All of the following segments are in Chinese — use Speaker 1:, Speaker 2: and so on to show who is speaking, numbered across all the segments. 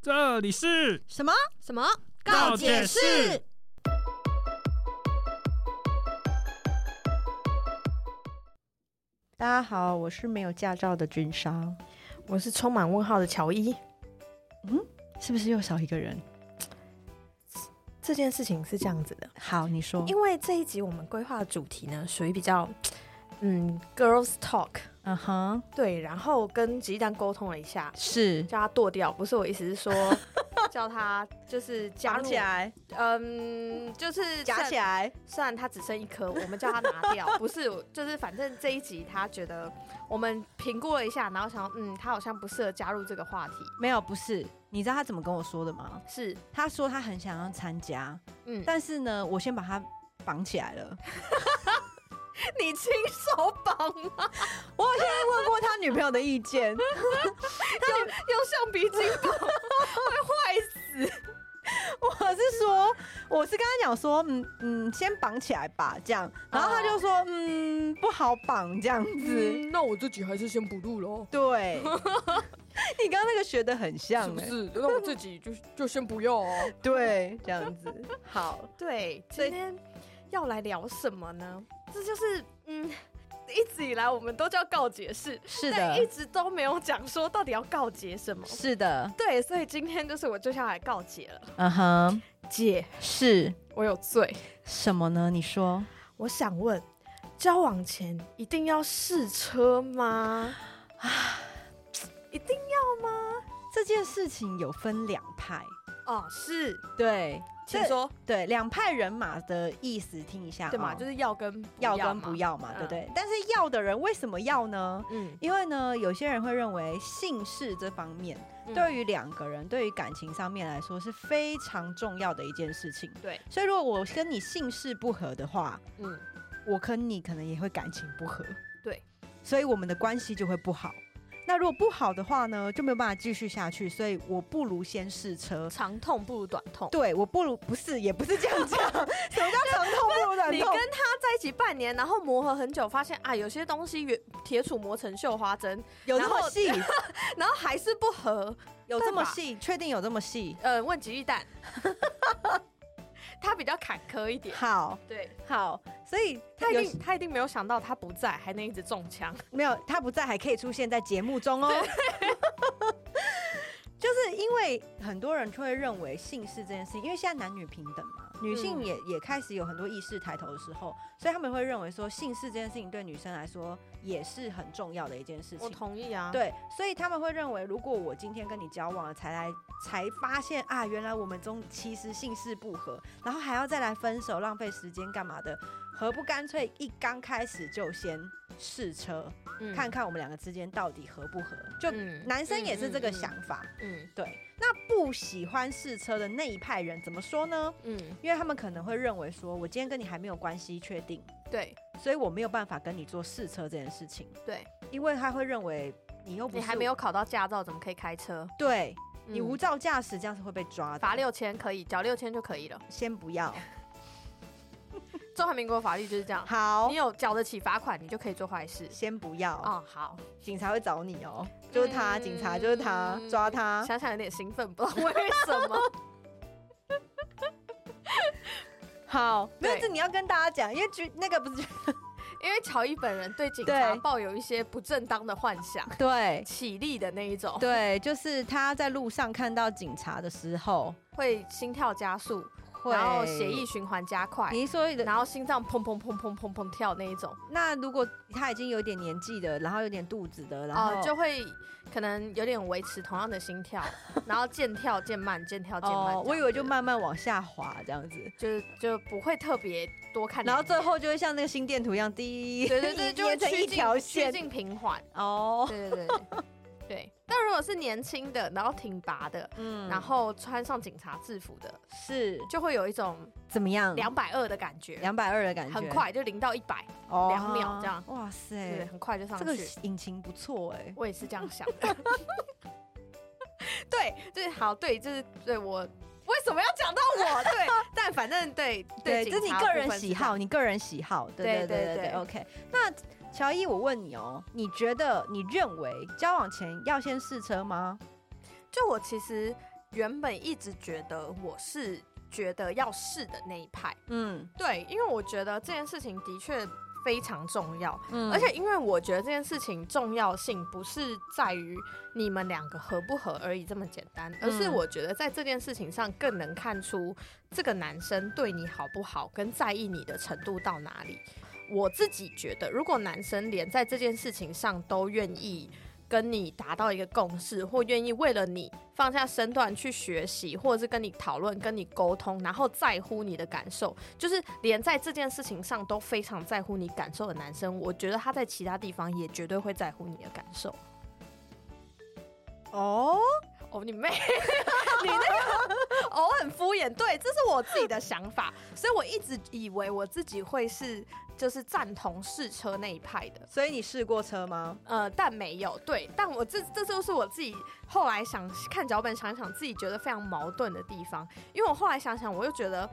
Speaker 1: 这里是
Speaker 2: 什么？
Speaker 3: 什么？
Speaker 1: 告解室
Speaker 2: 大家好，我是没有驾照的军商，
Speaker 3: 我是充满问号的乔伊。
Speaker 2: 是不是又少一个人？
Speaker 3: 这件事情是这样子的，
Speaker 2: 好，你说，
Speaker 3: 因为这一集我们规划的主题呢，属于比较嗯 girls talk。
Speaker 2: 嗯哼，
Speaker 3: 对，然后跟吉蛋沟通了一下，
Speaker 2: 是
Speaker 3: 叫他剁掉，不是我意思是说叫他就是加入，
Speaker 2: 来，
Speaker 3: 嗯，就是
Speaker 2: 夹起
Speaker 3: 虽然。
Speaker 2: 来，
Speaker 3: 虽然他只剩一颗，我们叫他拿掉，不是，就是反正这一集他觉得我们评估了一下，然后想，嗯，他好像不适合加入这个话题，
Speaker 2: 没有，不是。你知道他怎么跟我说的吗？
Speaker 3: 是，
Speaker 2: 他说他很想要参加，
Speaker 3: 嗯，
Speaker 2: 但是呢，我先把他绑起来了。
Speaker 3: 你亲手绑啊，
Speaker 2: 我好像问过他女朋友的意见，
Speaker 3: 用用橡 皮筋绑，会坏死。
Speaker 2: 我是说，我是跟他讲说，嗯嗯，先绑起来吧，这样。然后他就说，嗯，不好绑这样子。
Speaker 3: 那我自己还是先不录喽，
Speaker 2: 对，你刚刚那个学的很像、欸，
Speaker 3: 是？那我自己就就先不要 哦。
Speaker 2: 对，这样子。好，
Speaker 3: 对，
Speaker 2: 所以
Speaker 3: 今天要来聊什么呢？这就是嗯，一直以来我们都叫告解释，
Speaker 2: 是
Speaker 3: 但一，直都没有讲说到底要告解什么。
Speaker 2: 是的，
Speaker 3: 对，所以今天就是我就下来告解了。
Speaker 2: 嗯哼，
Speaker 3: 姐，
Speaker 2: 是
Speaker 3: 我有罪。
Speaker 2: 什么呢？你说
Speaker 3: 我想问，交往前一定要试车吗？一定要吗？
Speaker 2: 这件事情有分两派，
Speaker 3: 哦，是，
Speaker 2: 对
Speaker 3: 请说，
Speaker 2: 对，两派人马的意思，听一下，
Speaker 3: 对嘛？
Speaker 2: 哦
Speaker 3: 就是要跟不
Speaker 2: 要跟不
Speaker 3: 嘛，
Speaker 2: 要嘛，
Speaker 3: 嗯
Speaker 2: 对不对？但是要的人为什么要呢？
Speaker 3: 嗯，
Speaker 2: 因为呢，有些人会认为姓氏这方面，
Speaker 3: 嗯
Speaker 2: 对于两个人、对于感情上面来说是非常重要的一件事情。
Speaker 3: 对，
Speaker 2: 所以如果我跟你姓氏不合的话，
Speaker 3: 嗯，
Speaker 2: 我跟你可能也会感情不合，
Speaker 3: 对，
Speaker 2: 所以我们的关系就会不好。那如果不好的话呢，就没有办法继续下去，所以我不如先试车。
Speaker 3: 长痛不如短痛。
Speaker 2: 对，我不如不是，也不是这样 讲。什么叫长痛不如短
Speaker 3: 你
Speaker 2: 痛
Speaker 3: 跟？他在一起半年，然后磨合很久，发现啊，有些东西原铁杵磨成绣花针，
Speaker 2: 有这么细？
Speaker 3: 然后还是不合。
Speaker 2: 有这么
Speaker 3: 对吧
Speaker 2: 细？确定有这么细？
Speaker 3: 呃，问吉利蛋， 他比较坎坷一点。
Speaker 2: 好
Speaker 3: 对
Speaker 2: 好，所以
Speaker 3: 他一
Speaker 2: 有
Speaker 3: 定，他一定没有想到他不在，还能一直中枪。
Speaker 2: 没有，他不在还可以出现在节目中哦。 就是因为很多人就会认为姓氏这件事情，因为现在男女平等嘛，女性
Speaker 3: 嗯
Speaker 2: 也、也开始有很多意识抬头的时候，所以他们会认为说姓氏这件事情对女生来说也是很重要的一件事
Speaker 3: 我
Speaker 2: 情。
Speaker 3: 同意啊，，
Speaker 2: 对，所以他们会认为，如果我今天跟你交往啊了，才来才发现啊，原来我们中其实姓氏不合，然后还要再来分手，浪费时间干嘛的？何不干脆一刚开始就先试车？
Speaker 3: 嗯
Speaker 2: 看，看我们两个之间到底合不合。就
Speaker 3: 嗯
Speaker 2: 男生也是这个想，法，
Speaker 3: 嗯
Speaker 2: 对。那不喜欢试车的那一派人怎么说呢？
Speaker 3: 嗯嗯，
Speaker 2: 因为他们可能会认为说，我今天跟你还没有关系确定，
Speaker 3: 对
Speaker 2: 所以我没有办法跟你做试车这件事情，
Speaker 3: 对，
Speaker 2: 因为他会认为你又不
Speaker 3: 你
Speaker 2: 是
Speaker 3: 还没有考到驾照，怎么可以开车？
Speaker 2: 对
Speaker 3: 嗯
Speaker 2: 你无照驾驶这样是会被抓的，
Speaker 3: 罚六千可以，缴六千就可以了。
Speaker 2: 先不要。
Speaker 3: 中华民国法律就是这样，
Speaker 2: 好
Speaker 3: 你，有缴得起罚款，你就可以做坏事。
Speaker 2: 先不要，
Speaker 3: 哦，好，
Speaker 2: 警察会找你哦，就是他，
Speaker 3: 嗯
Speaker 2: 警察就是他，抓他。
Speaker 3: 想想有点兴奋，不知道为什么。
Speaker 2: 好，没有
Speaker 3: 对
Speaker 2: 这你要跟大家讲，因为局那个不是
Speaker 3: 因为乔伊本人对警察
Speaker 2: 对
Speaker 3: 抱有一些不正当的幻想，
Speaker 2: 对
Speaker 3: 起立的那一种，
Speaker 2: 对，就是他在路上看到警察的时候，
Speaker 3: 会心跳加速，
Speaker 2: 会
Speaker 3: 然后血液。循环加快，
Speaker 2: 你是说的
Speaker 3: 然后心脏砰砰砰砰砰砰跳那一种，
Speaker 2: 那如果他已经有点年纪的，然后有点肚子的，然后、
Speaker 3: 哦，就会可能有点维持同样的 心跳，然后渐跳渐慢，渐跳渐慢这样
Speaker 2: 哦
Speaker 3: 子。，
Speaker 2: 我以为就慢慢往下滑这样子，
Speaker 3: 就是就不会特别多看
Speaker 2: 然
Speaker 3: 两
Speaker 2: 后
Speaker 3: 眼，
Speaker 2: 最后就会像那个心电图一样，滴，
Speaker 3: 对对对，
Speaker 2: 一
Speaker 3: 就会
Speaker 2: 捏成
Speaker 3: 趋
Speaker 2: 一
Speaker 3: 近
Speaker 2: 条
Speaker 3: 趋
Speaker 2: 线
Speaker 3: 近平缓。
Speaker 2: 哦，
Speaker 3: 对对对 对对。但如果是年轻的，然后挺拔的，
Speaker 2: 嗯
Speaker 3: 然后穿上警察制服的，
Speaker 2: 是
Speaker 3: 就会有一种
Speaker 2: 怎么样？
Speaker 3: 两百二的感觉，
Speaker 2: 两百二的感觉，
Speaker 3: 很快就零到一百，
Speaker 2: 哦
Speaker 3: 两秒这样
Speaker 2: 哇
Speaker 3: 对，
Speaker 2: 塞，
Speaker 3: 很快就上
Speaker 2: 这个
Speaker 3: 去。
Speaker 2: 引擎不错哎、
Speaker 3: 我也是这样想的。 对，就是好，对，就是对我为什么要讲到 我？对，但反正对
Speaker 2: 对，这
Speaker 3: 警
Speaker 2: 是你
Speaker 3: 察
Speaker 2: 个
Speaker 3: 部
Speaker 2: 人
Speaker 3: 分
Speaker 2: 喜
Speaker 3: 是这样
Speaker 2: 好，你个人喜好，对对对
Speaker 3: 对
Speaker 2: 对
Speaker 3: 对
Speaker 2: 对
Speaker 3: 对
Speaker 2: o k 那乔伊，我问你哦，你觉得你认为交往前要先试车吗？
Speaker 3: 就我其实原本一直觉得我是觉得要试的那一派。
Speaker 2: 嗯
Speaker 3: 对，因为我觉得这件事情的确非常重要，
Speaker 2: 嗯
Speaker 3: 而且因为我觉得这件事情重要性不是在于你们两个合不合而已这么简单，而是我觉得在这件事情上更能看出这个男生对你好不好，跟在意你的程度到哪里。我自己觉得，如果男生连在这件事情上都愿意。跟你达到一个共识，或愿意为了你放下身段去学习，或者是跟你讨论、跟你沟通，然后在乎你的感受，就是连在这件事情上都非常在乎你感受的男生，我觉得他在其他地方也绝对会在乎你的感受。
Speaker 2: 哦，
Speaker 3: 哦，你妹，你那个哦很敷衍，对，这是我自己的想法，所以我一直以为我自己会是就是赞同试车那一派的。
Speaker 2: 所以你试过车吗？
Speaker 3: 呃，但没有对，但我这这就是我自己后来想看脚本想一想，自己觉得非常矛盾的地方，因为我后来想想，我又觉得。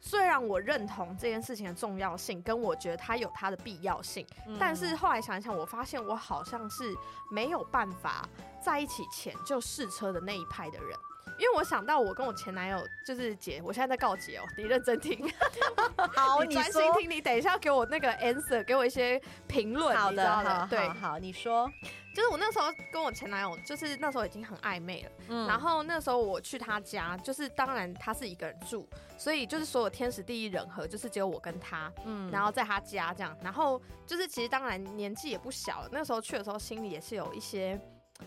Speaker 3: 虽然我认同这件事情的重要性，跟我觉得它有它的必要性，
Speaker 2: 嗯
Speaker 3: 但是后来想一想，我发现我好像是没有办法在一起前就试车的那一派的人，因为我想到我跟我前男友就是姐，我现在在告解哦，你认真听，
Speaker 2: 好，
Speaker 3: 你
Speaker 2: 你
Speaker 3: 专心
Speaker 2: 说
Speaker 3: 听，你等一下给我那个 answer，给我一些评论，
Speaker 2: 好
Speaker 3: 你知
Speaker 2: 的，
Speaker 3: 道
Speaker 2: 好
Speaker 3: 的
Speaker 2: 好，
Speaker 3: 对，
Speaker 2: 好，你说，
Speaker 3: 就是我那时候跟我前男友，就是那时候已经很暧昧了。
Speaker 2: 嗯
Speaker 3: 然后那时候我去他家，就是当然他是一个人住，所以就是所有天时地利人和，就是只有我跟他，
Speaker 2: 嗯
Speaker 3: 然后在他家这样。然后就是其实当然年纪也不小了，那时候去的时候心里也是有一些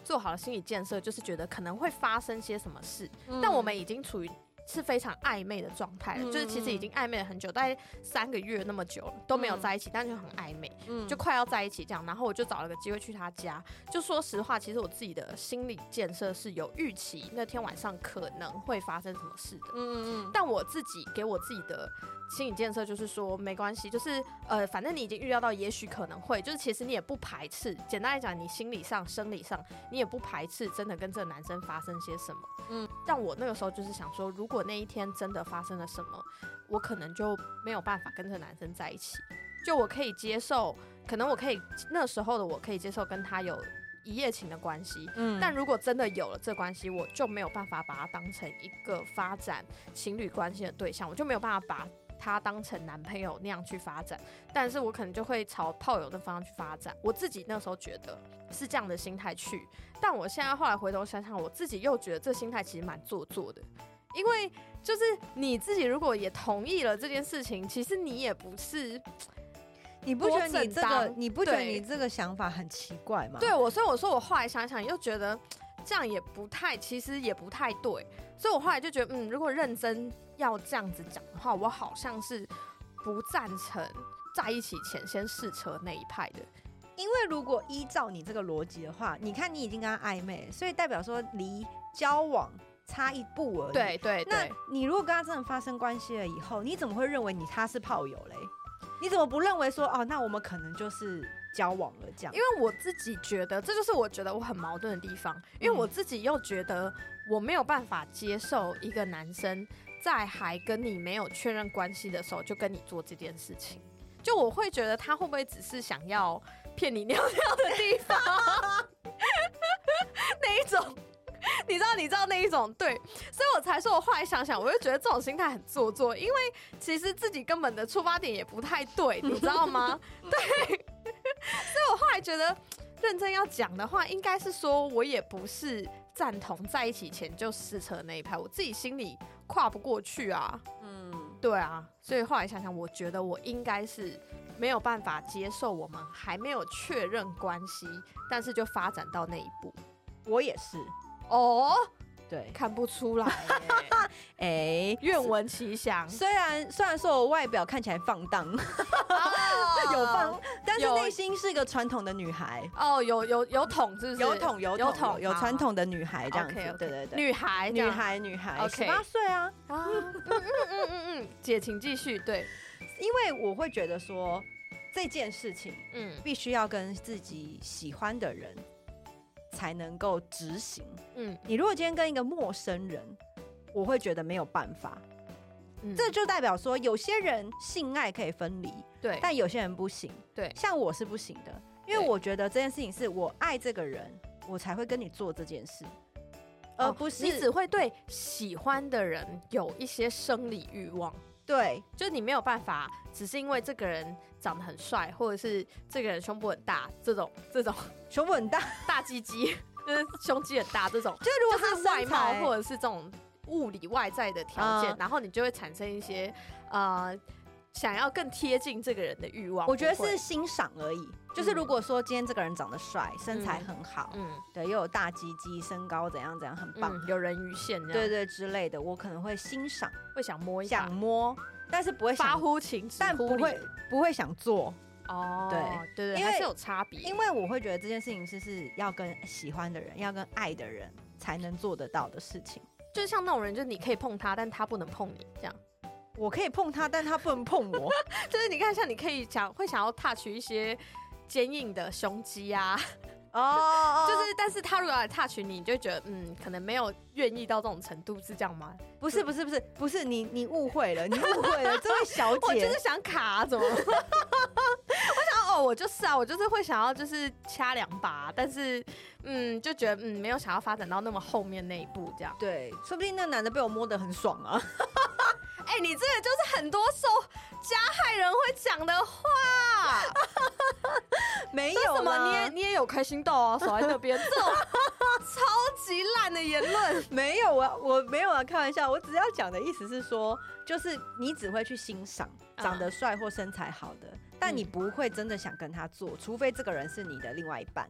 Speaker 3: 做好了心理建设，就是觉得可能会发生些什么事。但我们已经处于是非常暧昧的状态了，
Speaker 2: 嗯
Speaker 3: 就是其实已经暧昧了很久，大概三个月那么久了都没有
Speaker 2: 嗯
Speaker 3: 在一起，但就很暧昧。
Speaker 2: 嗯
Speaker 3: 就快要在一起这样，然后我就找了个机会去他家。就说实话，其实我自己的心理建设是有预期那天晚上可能会发生什么事的，
Speaker 2: 嗯嗯
Speaker 3: 但我自己给我自己的心理建设就是说没关系，就是呃，反正你已经预料到，也许可能会，就是其实你也不排斥。简单来讲，你心理上、生理上，你也不排斥真的跟这个男生发生些什么。
Speaker 2: 嗯
Speaker 3: 嗯，但我那个时候就是想说，如果那一天真的发生了什么，我可能就没有办法跟这个男生在一起。就我可以接受，可能我可以那时候的我可以接受跟他有一夜情的关系，
Speaker 2: 嗯
Speaker 3: 但如果真的有了这关系，我就没有办法把它当成一个发展情侣关系的对象，我就没有办法把他当成男朋友那样去发展。但是我可能就会朝炮友那方向去发展。我自己那时候觉得是这样的心态去，但我现在后来回头想想，我自己又觉得这心态其实蛮做作的，因为就是你自己如果也同意了这件事情，其实你也不是
Speaker 2: 你不觉得
Speaker 3: 多
Speaker 2: 你
Speaker 3: 正
Speaker 2: 这个，
Speaker 3: 当
Speaker 2: 你不觉得
Speaker 3: 对
Speaker 2: 你这个想法很奇怪吗？
Speaker 3: 对我，所以我说我后来想想又觉得这样也不太，其实也不太对，所以我后来就觉得，嗯，如果认真要这样子讲的话，我好像是不赞成在一起前先试车那一派的。
Speaker 2: 因为如果依照你这个逻辑的话，你看你已经跟他暧昧了，所以代表说离交往差一步而已。，
Speaker 3: 对对
Speaker 2: 那
Speaker 3: 对，
Speaker 2: 你如果跟他真的发生关系了以后，你怎么会认为你他是炮友嘞？你怎么不认为说哦，那我们可能就是交往了这样
Speaker 3: 因？为我自己觉得这就是我觉得我很矛盾的地方，因为我自己又觉得我没有办法接受一个男生在还跟你没有确认关系的时候就跟你做这件事情。就我会觉得他会不会只是想要骗你尿尿的地方， 那一种，你知道，你知道那一种，对，所以我才说我后来想想，我就觉得这种心态很做作，因为其实自己根本的出发点也不太对，你知道吗？ 对，所以我后来觉得认真要讲的话，应该是说我也不是赞同在一起前就撕扯那一派，我自己心里跨不过去啊。
Speaker 2: 嗯，
Speaker 3: 对啊，所以后来想想，我觉得我应该是没有办法接受我们还没有确认关系，但是就发展到那一步。
Speaker 2: 我也是。
Speaker 3: 哦，
Speaker 2: 对，
Speaker 3: 看不出来耶、
Speaker 2: 哎、
Speaker 3: 愿闻其详。
Speaker 2: 虽然虽然说我外表看起来放 荡，哦有放，但是
Speaker 3: 有
Speaker 2: 内心是个传统的女孩，
Speaker 3: 哦，有有有桶是不是？
Speaker 2: 有桶有
Speaker 3: 有
Speaker 2: 桶有传统的女孩这样子。
Speaker 3: OK，OK
Speaker 2: 对对对，
Speaker 3: 女孩这
Speaker 2: 女
Speaker 3: 样
Speaker 2: 孩女孩，十
Speaker 3: OK
Speaker 2: 八岁啊。
Speaker 3: 啊，嗯嗯嗯嗯嗯，姐，请继续。对，
Speaker 2: 因为我会觉得说这件事情
Speaker 3: 嗯
Speaker 2: 必须要跟自己喜欢的人才能够执行。
Speaker 3: 嗯
Speaker 2: 你如果今天跟一个陌生人，我会觉得没有办法。
Speaker 3: 嗯，
Speaker 2: 这就代表说，有些人性爱可以分离，
Speaker 3: 对
Speaker 2: 但有些人不行。
Speaker 3: 对
Speaker 2: 像我是不行的，因为
Speaker 3: 对
Speaker 2: 我觉得这件事情是我爱这个人，我才会跟你做这件事。而不
Speaker 3: 哦你只
Speaker 2: 是
Speaker 3: 会对喜欢的人有一些生理欲望，
Speaker 2: 对
Speaker 3: 就是你没有办法只是因为这个人长得很帅，或者是这个人胸部很大这种这种
Speaker 2: 胸部很大，
Speaker 3: 大鸡鸡，就是胸肌很大这种，
Speaker 2: 就是如果
Speaker 3: 就是
Speaker 2: 是
Speaker 3: 外貌或
Speaker 2: 者
Speaker 3: 者是这种物理外在的条件，
Speaker 2: 嗯
Speaker 3: 然后你就会产生一些呃想要更贴近这个人的欲望。
Speaker 2: 我觉得
Speaker 3: 不会
Speaker 2: 是欣赏而已。就是如果说今天这个人长得帅，身材很好，
Speaker 3: 嗯
Speaker 2: 对，又有大鸡鸡，身高怎样怎样，很棒，
Speaker 3: 嗯有人鱼线这
Speaker 2: 对
Speaker 3: 样，
Speaker 2: 对之类的，我可能会欣赏，
Speaker 3: 会想摸一下
Speaker 2: 想，摸，但是不会
Speaker 3: 发
Speaker 2: 想，
Speaker 3: 乎情，直
Speaker 2: 但
Speaker 3: 乎
Speaker 2: 不会
Speaker 3: 理
Speaker 2: 不会想做，
Speaker 3: 哦，
Speaker 2: 对
Speaker 3: 对对，
Speaker 2: 因为
Speaker 3: 还是有差别，
Speaker 2: 因为我会觉得这件事情是是要跟喜欢的人，要跟爱的人才能做得到的事情。
Speaker 3: 就是像那种人，就是你可以碰他，但他不能碰你，这样。
Speaker 2: 我可以碰他，但他不能碰我。
Speaker 3: 就是你看，像你可以想会想要 touch 一些坚硬的胸肌啊，
Speaker 2: 哦，
Speaker 3: 就
Speaker 2: 就是
Speaker 3: 是但是他如果来 touch 你，你就觉得嗯，可能没有愿意到这种程度，是这样吗？
Speaker 2: 不是不是不是不是你你误会了，你误会了，这位小
Speaker 3: 我就
Speaker 2: 姐
Speaker 3: 是。想卡，啊怎么？我想哦， 我就是啊，我就是会想要就是掐两把，但是嗯，就觉得嗯，没有想要发展到那么后面那一步这样。
Speaker 2: 对，说不定那男的被我摸得很爽啊！
Speaker 3: 哎、你这个就是很多受加害人会讲的话，
Speaker 2: 没
Speaker 3: 为
Speaker 2: 有
Speaker 3: 什么你也
Speaker 2: 啦
Speaker 3: 你也有开心到啊，守在那边这 种超级烂的言论。
Speaker 2: 没有啊，我没有啊，开玩笑，我只要讲的意思是说，就是你只会去欣赏
Speaker 3: 嗯
Speaker 2: 长得帅或身材好的，但你不会真的想跟他做，除非这个人是你的另外一半。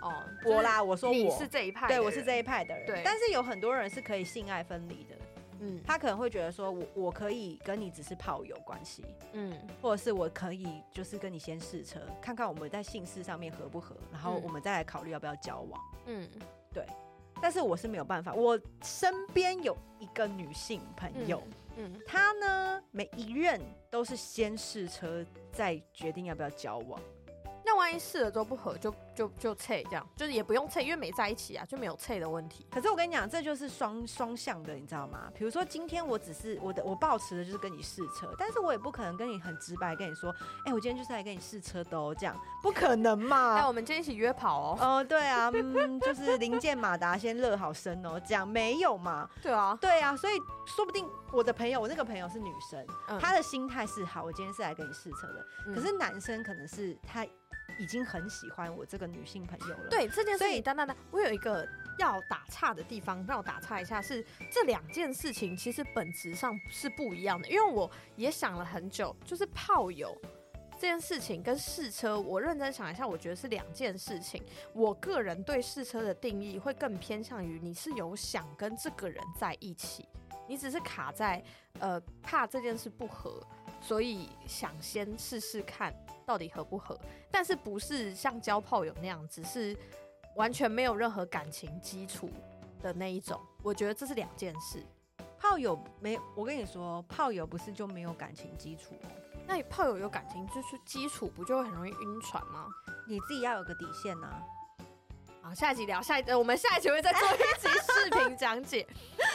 Speaker 3: 哦，
Speaker 2: 我，啦，我说
Speaker 3: 你
Speaker 2: 我
Speaker 3: 是这一派，
Speaker 2: 对我是这
Speaker 3: 一，
Speaker 2: 一派的人，
Speaker 3: 对
Speaker 2: 但是有很多人是可以性爱分离的，
Speaker 3: 嗯
Speaker 2: 他可能会觉得说我我可以跟你只是炮友关系，
Speaker 3: 嗯
Speaker 2: 或者是我可以就是跟你先试车，看看我们在性事上面合不合，然后
Speaker 3: 嗯
Speaker 2: 我们再来考虑要不要交往。
Speaker 3: 嗯
Speaker 2: 但是我是没有办法，我身边有一个女性朋友，
Speaker 3: 嗯，
Speaker 2: 她呢每一任都是先试车，再决定要不要交往。
Speaker 3: 那万一试了之后不合，就就就退这样，就是也不用退，因为没在一起啊，就没有退的问题。
Speaker 2: 可是我跟你讲，这就是双双向的，你知道吗？比如说今天我只是我的我抱持的就是跟你试车，但是我也不可能跟你很直白地跟你说，哎、我今天就是来跟你试车的哦，这样不可能嘛
Speaker 3: 哎、。我们今天一起约跑哦。
Speaker 2: 哦，对啊，嗯，就是零件马达先热好身哦，这样没有嘛？
Speaker 3: 对啊，
Speaker 2: 对啊，所以说不定我的朋友，我那个朋友是女生，
Speaker 3: 嗯
Speaker 2: 她的心态是好，我今天是来跟你试车的。
Speaker 3: 嗯
Speaker 2: 可是男生可能是他已经很喜欢我这个女性朋友了，，
Speaker 3: 对这件事
Speaker 2: 所以
Speaker 3: 情，当当当，我有一个要打岔的地方，让我打岔一下是，这两件事情其实本质上是不一样的，因为我也想了很久，就是炮友。这件事情跟试车，我认真想一下，我觉得是两件事情。我个人对试车的定义会更偏向于你是有想跟这个人在一起，你只是卡在呃怕这件事不合，所以想先试试看到底合不合。但是不是像交炮友那样，只是完全没有任何感情基础的那一种。我觉得这是两件事。
Speaker 2: 炮友没，我跟你说，炮友不是就没有感情基础哦。
Speaker 3: 那你炮友有感情就是基础，不就会很容易晕船吗？
Speaker 2: 你自己要有个底线呐、
Speaker 3: 啊，下一集聊下一，呃我们下一集会再做一集视频讲解。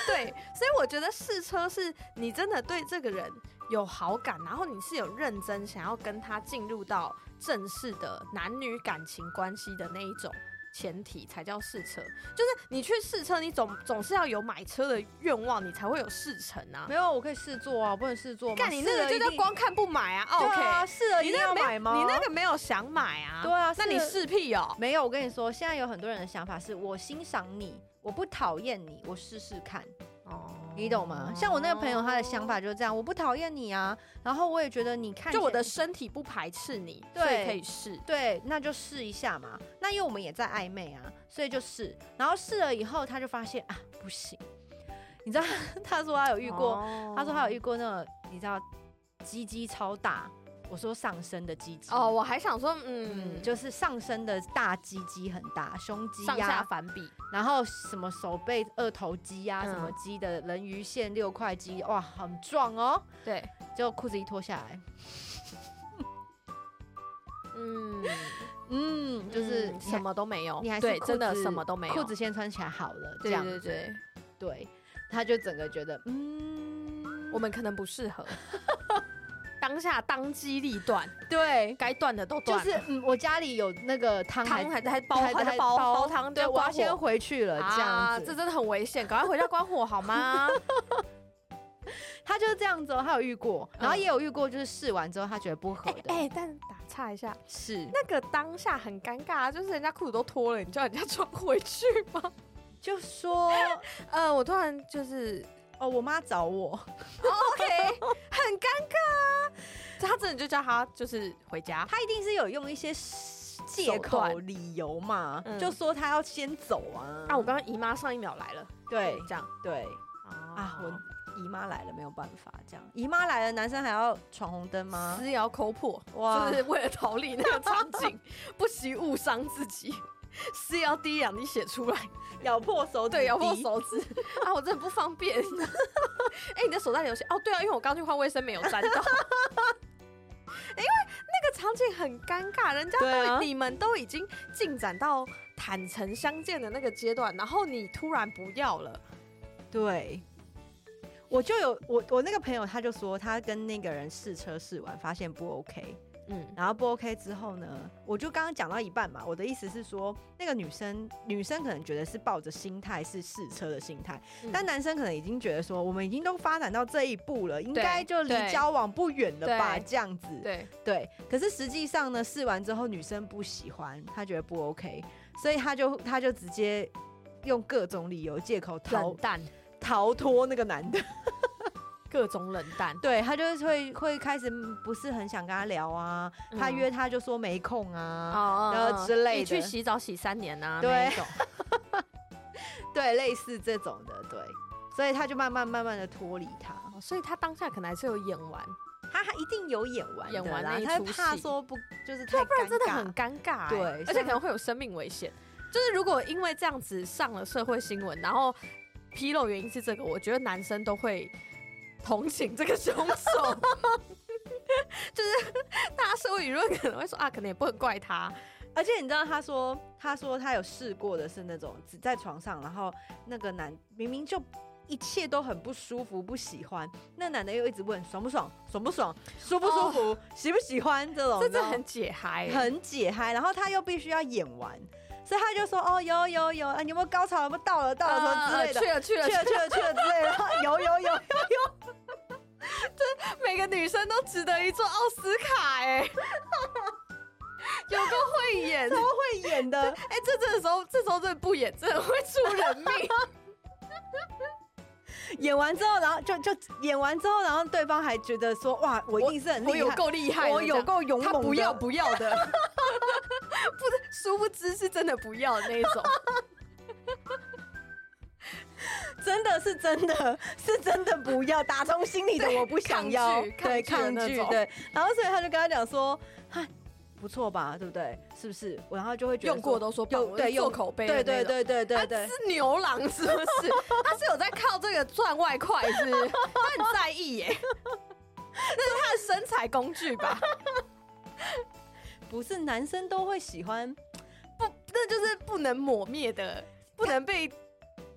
Speaker 3: 对，所以我觉得试车是你真的对这个人有好感，然后你是有认真想要跟他进入到正式的男女感情关系的那一种。前提才叫试车，就是你去试车，你总总是要有买车的愿望，你才会有试乘啊。
Speaker 2: 没有，我可以试做啊，我不能试做吗？
Speaker 3: 干你那
Speaker 2: 试
Speaker 3: 个
Speaker 2: 了
Speaker 3: 就
Speaker 2: 一
Speaker 3: 叫
Speaker 2: 定
Speaker 3: 光看不买啊。
Speaker 2: 对
Speaker 3: OK，
Speaker 2: 啊，试了一
Speaker 3: 你
Speaker 2: 定
Speaker 3: 那
Speaker 2: 要
Speaker 3: 个没
Speaker 2: 买
Speaker 3: 有，
Speaker 2: 吗？
Speaker 3: 你那个没有想买啊。
Speaker 2: 对啊
Speaker 3: 那你
Speaker 2: 是
Speaker 3: 试屁哦。
Speaker 2: 没有，我跟你说，现在有很多人的想法是我欣赏你，我不讨厌你，我试试看，
Speaker 3: 哦，
Speaker 2: 你懂吗？像我那个朋友，他的想法就是这样，我不讨厌你啊，然后我也觉得你看起来，
Speaker 3: 就我的身体不排斥你，
Speaker 2: 对
Speaker 3: 所以可以试。
Speaker 2: 对，那就试一下嘛。那因为我们也在暧昧啊，所以就试，然后试了以后，他就发现啊，不行，你知道， 他说他有遇过，
Speaker 3: 哦
Speaker 2: 他说他有遇过那个，你知道，鸡鸡超大，我说上身的鸡鸡
Speaker 3: 哦，，我还想说，
Speaker 2: 嗯，
Speaker 3: 嗯，就
Speaker 2: 就是上身的大鸡鸡很大，胸肌
Speaker 3: 上
Speaker 2: 呀、
Speaker 3: 下反比，
Speaker 2: 然后什么手背二头肌呀、
Speaker 3: 嗯
Speaker 2: 什么肌的人鱼线六块肌，哇，很壮哦。
Speaker 3: 对，
Speaker 2: 结果裤子一脱下来，
Speaker 3: 嗯，
Speaker 2: 嗯，就是
Speaker 3: 嗯
Speaker 2: 你
Speaker 3: 什么都没有，
Speaker 2: 你还是
Speaker 3: 对，
Speaker 2: 裤
Speaker 3: 真的
Speaker 2: 子
Speaker 3: 什么都没有，
Speaker 2: 裤子先穿起来好了，这
Speaker 3: 对
Speaker 2: 样
Speaker 3: 对对，
Speaker 2: 对，他就整个觉得，嗯，
Speaker 3: 我们可能不适合。当当下当机立断，
Speaker 4: 对，
Speaker 3: 该断的都
Speaker 4: 就
Speaker 3: 断了。
Speaker 4: 是嗯，我家里有那个汤还
Speaker 3: 汤还还煲
Speaker 4: 还
Speaker 3: 还
Speaker 4: 还
Speaker 3: 在煲
Speaker 4: 煲
Speaker 3: 煲汤，
Speaker 4: 对，
Speaker 3: 就
Speaker 4: 我要
Speaker 3: 关
Speaker 4: 先
Speaker 3: 火
Speaker 4: 回去了，这
Speaker 3: 啊，
Speaker 4: 样
Speaker 3: 这
Speaker 4: 子。
Speaker 3: 真的很危险，赶快回家关火好 吗？
Speaker 4: 他就是这样子哦，他有遇过，然后
Speaker 3: 嗯
Speaker 4: 也有遇过，就是试完之后他觉得不合
Speaker 3: 哎
Speaker 4: 的，
Speaker 3: 哎，但打岔一下，
Speaker 4: 是
Speaker 3: 那个当下很尴尬，就是人家裤子都脱了，你叫人家穿回去吗？
Speaker 2: 就说
Speaker 3: 呃，我突然就是
Speaker 2: 哦，我妈找我，
Speaker 3: OK，很尴尬啊。他真的就叫他就是回家，
Speaker 2: 她一定是有用一些借口、
Speaker 3: 段
Speaker 2: 理由嘛，
Speaker 3: 嗯
Speaker 2: 就说她要先走啊。
Speaker 3: 啊，我刚刚姨妈上一秒来了，
Speaker 2: 对
Speaker 3: 这样
Speaker 2: 对
Speaker 3: 啊
Speaker 2: 啊，我姨妈来了没有办法，这样姨妈来了，男生还要闯红灯吗？
Speaker 3: 撕咬抠破，
Speaker 2: 哇
Speaker 3: 就是为了逃离那个场景， 不惜误伤自己。撕咬第一两滴血出来，
Speaker 2: 咬破手指，
Speaker 3: 对，咬破。手指 啊！我真的不方便。 哎、你的手袋里有血哦？对啊，因为我刚去换卫生棉，有沾到。 因为那个场景很尴尬，人家都、
Speaker 2: 对啊
Speaker 3: 你们都已经进展到坦诚相见的那个阶段，然后你突然不要了，
Speaker 2: 对，我就有我我那个朋友，他就说他跟那个人试车试完，发现不 OK，
Speaker 3: 嗯
Speaker 2: 然后不 OK 之后呢，我就刚刚讲到一半嘛，我的意思是说，那个女生女生可能觉得是抱着心态是试车的心态，
Speaker 3: 嗯
Speaker 2: 但男生可能已经觉得说，我们已经都发展到这一步了，应该就离
Speaker 3: 对
Speaker 2: 交往不远了吧，
Speaker 3: 对
Speaker 2: 这样子。
Speaker 3: 对，
Speaker 2: 对，可是实际上呢，试完之后女生不喜欢，她觉得不 OK，所以她就她就直接用各种理由借口逃
Speaker 3: 冷淡，
Speaker 2: 逃脱那个男的。
Speaker 3: 各种冷淡。
Speaker 2: 对她就是会会开始不是很想跟他聊啊，他
Speaker 3: 嗯
Speaker 2: 约她就说没空啊，
Speaker 3: 哦
Speaker 2: 然后之类
Speaker 3: 你
Speaker 2: 的
Speaker 3: 去洗澡洗三年啊，
Speaker 2: 对
Speaker 3: 那一种。
Speaker 2: 对，类似这种的，对。所以她就慢慢慢慢的脱离他，
Speaker 3: 哦所以他当下可能还是有演完，
Speaker 2: 他还一定有演完
Speaker 3: 演
Speaker 2: 的
Speaker 3: 完
Speaker 2: 啦
Speaker 3: 那一
Speaker 2: 她
Speaker 3: 出
Speaker 2: 怕
Speaker 3: 戏啊
Speaker 2: 说不就是太
Speaker 3: 不然
Speaker 2: 尴
Speaker 3: 真的
Speaker 2: 尬
Speaker 3: 很尴尬、欸，
Speaker 2: 对
Speaker 3: 而
Speaker 2: 像
Speaker 3: 且可能会有生命危险。就是如果因为这样子上了社会新闻，然后披露原因是这个，我觉得男生都会同情这个凶手。 就是大家社会舆论可能会说啊，可能也不能怪他，
Speaker 2: 而且你知道，他说，他说他有试过的是那种只在床上，然后那个男明明就一切都很不舒服，不喜欢，那男的又一直问爽不爽，爽不爽，舒不舒服，喜不喜欢这种，
Speaker 3: 这真的
Speaker 2: 你知
Speaker 3: 很解嗨、欸
Speaker 2: 道哦很解嗨。然后他又必须要演完，所以他就说哦有有有，啊你有没有高潮？有没有到了到了什么之类的。
Speaker 3: 呃去了去了
Speaker 2: 去，了去了去了之类的，然后有有有，
Speaker 3: 每个女生都值得一座奥斯卡哎、 有个慧眼，
Speaker 2: 超会演的，
Speaker 3: 哎、这这时候这时候真的不演，真的会出人命。
Speaker 2: 演完之后，然后就就演完之后，然后对方还觉得说哇，我一定是很
Speaker 3: 我
Speaker 2: 厉
Speaker 3: 有
Speaker 2: 害，
Speaker 3: 够厉害的，
Speaker 2: 我有够勇
Speaker 3: 这
Speaker 2: 猛的，
Speaker 3: 样，他不要不要的，不是， 殊不知是真的不要的那一种，
Speaker 2: 真的是真的是真的不要，打从心里的我不想要
Speaker 3: 抗拒，
Speaker 2: 对
Speaker 3: 抗拒
Speaker 2: 抗
Speaker 3: 的
Speaker 2: 拒
Speaker 3: 那种
Speaker 2: 对，然后所以他就跟他讲说，哈，不错吧，对不对？是不是？我然后就会觉得
Speaker 3: 用过
Speaker 2: 的，
Speaker 3: 都说棒
Speaker 2: 有
Speaker 3: 我
Speaker 2: 对
Speaker 3: 是做
Speaker 2: 用
Speaker 3: 口碑
Speaker 2: 对
Speaker 3: 的那
Speaker 2: 对
Speaker 3: 种。啊
Speaker 2: 对对对
Speaker 3: 他
Speaker 2: 对，
Speaker 3: 是 牛郎是不是？ 他是有在靠这个赚外快是不是？他很在意耶， 那是他的身材工具吧？
Speaker 2: 不是男生都会喜欢，
Speaker 3: 不，那就是不能抹灭的，不能被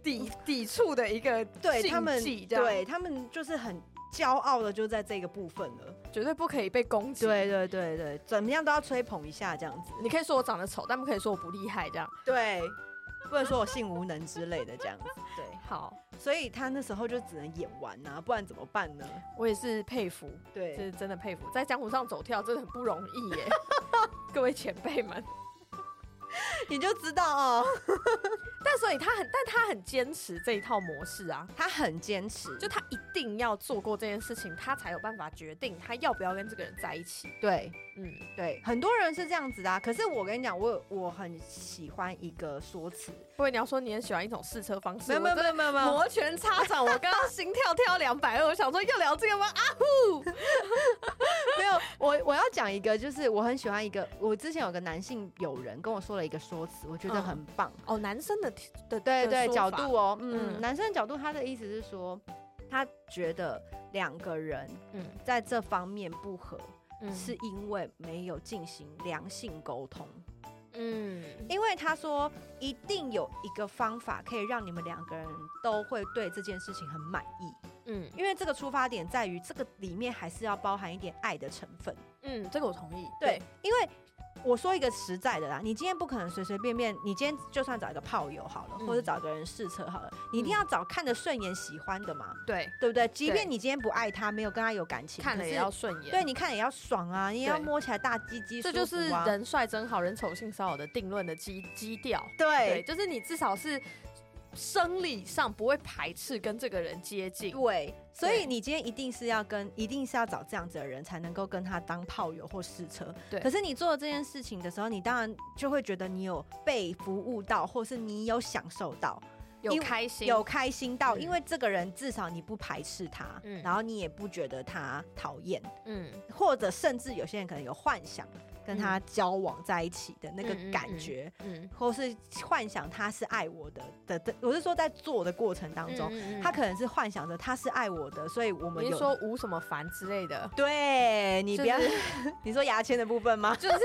Speaker 3: 抵抵触的一个
Speaker 2: 对
Speaker 3: 禁
Speaker 2: 他们
Speaker 3: 忌，这样
Speaker 2: 对他们就是很骄傲的就在这个部分了，
Speaker 3: 绝对不可以被攻击。
Speaker 2: 对对对对，怎么样都要吹捧一下这样子，
Speaker 3: 你可以说我长得丑，但不可以说我不厉害这样。
Speaker 2: 对，不能说我性无能之类的这样子，对，
Speaker 3: 好，
Speaker 2: 所以他那时候就只能演完呐、不然怎么办呢？
Speaker 3: 我也是佩服，
Speaker 2: 对，
Speaker 3: 这是真的佩服，在江湖上走跳真的很不容易 耶，各位前辈们。
Speaker 2: 你就知道哦，
Speaker 3: 但所以他很，但他很坚持这一套模式啊，
Speaker 2: 他很坚持，
Speaker 3: 就他一定要做过这件事情，他才有办法决定他要不要跟这个人在一起。
Speaker 2: 对
Speaker 3: 嗯，
Speaker 2: 对，很多人是这样子的、啊。可是我跟你讲，我有我很喜欢一个说辞，
Speaker 3: 不过你要说你很喜欢一种试车方式，我真的
Speaker 2: 有没有没，
Speaker 3: 摩拳擦掌，我刚刚心跳跳两百二，我想说又聊这个吗？啊呼，
Speaker 2: 没有，我我要讲一个，就是我很喜欢一个，我之前有个男性友人跟我说了一个说辞，我觉得
Speaker 3: 嗯
Speaker 2: 很棒。
Speaker 3: 哦，男生的的
Speaker 2: 对
Speaker 3: 的
Speaker 2: 对，
Speaker 3: 说
Speaker 2: 角
Speaker 3: 法
Speaker 2: 度哦，嗯，
Speaker 3: 嗯
Speaker 2: 男生的角度，他的意思是说，他觉得两个人
Speaker 3: 嗯
Speaker 2: 在这方面不合，
Speaker 3: 嗯
Speaker 2: 是因为没有进行良性沟通。
Speaker 3: 嗯
Speaker 2: 因为他说一定有一个方法可以让你们两个人都会对这件事情很满意，
Speaker 3: 嗯
Speaker 2: 因为这个出发点在于这个里面还是要包含一点爱的成分。
Speaker 3: 嗯，这个我同意。
Speaker 2: 对，因为我说一个实在的啦，你今天不可能随随便便，你今天就算找一个炮友好了，
Speaker 3: 嗯
Speaker 2: 或者找一个人试车好了，你一定
Speaker 3: 嗯
Speaker 2: 要找看得顺眼、喜欢的嘛，
Speaker 3: 对，
Speaker 2: 对不对？即
Speaker 3: 对
Speaker 2: 便你今天不爱他，没有跟他有感情，
Speaker 3: 看
Speaker 2: 可
Speaker 3: 了
Speaker 2: 是
Speaker 3: 也要顺眼。
Speaker 2: 对，你看也要爽啊，你也要
Speaker 3: 对
Speaker 2: 摸起来大鸡鸡、
Speaker 3: 这
Speaker 2: 舒
Speaker 3: 就是
Speaker 2: 服啊
Speaker 3: 人帅真好，人丑性骚扰的定论的基基调。
Speaker 2: 对
Speaker 3: 对，就是你至少是生理上不会排斥跟这个人接近。
Speaker 2: 对，所以
Speaker 3: 对
Speaker 2: 你今天一定是要跟，一定是要找这样子的人才能够跟他当炮友或试车。
Speaker 3: 对
Speaker 2: 可是你做了这件事情的时候，你当然就会觉得你有被服务到，或是你有享受到。
Speaker 3: 有
Speaker 2: 因为
Speaker 3: 开心，
Speaker 2: 有开心到，
Speaker 3: 嗯
Speaker 2: 因为这个人至少你不排斥他，
Speaker 3: 嗯
Speaker 2: 然后你也不觉得他讨厌，
Speaker 3: 嗯，
Speaker 2: 或者甚至有些人可能有幻想跟他交往在一起的那个
Speaker 3: 嗯嗯嗯
Speaker 2: 感觉，
Speaker 3: 嗯
Speaker 2: 或是幻想他是爱我的的的，我是说在做的过程当中，
Speaker 3: 嗯嗯嗯
Speaker 2: 他可能是幻想着他是爱我的，所以我们
Speaker 3: 你是
Speaker 2: 有
Speaker 3: 说无什么烦之类的，
Speaker 2: 对你
Speaker 3: 就
Speaker 2: 不要、
Speaker 3: 是
Speaker 2: 你说牙签的部分吗？
Speaker 3: 就是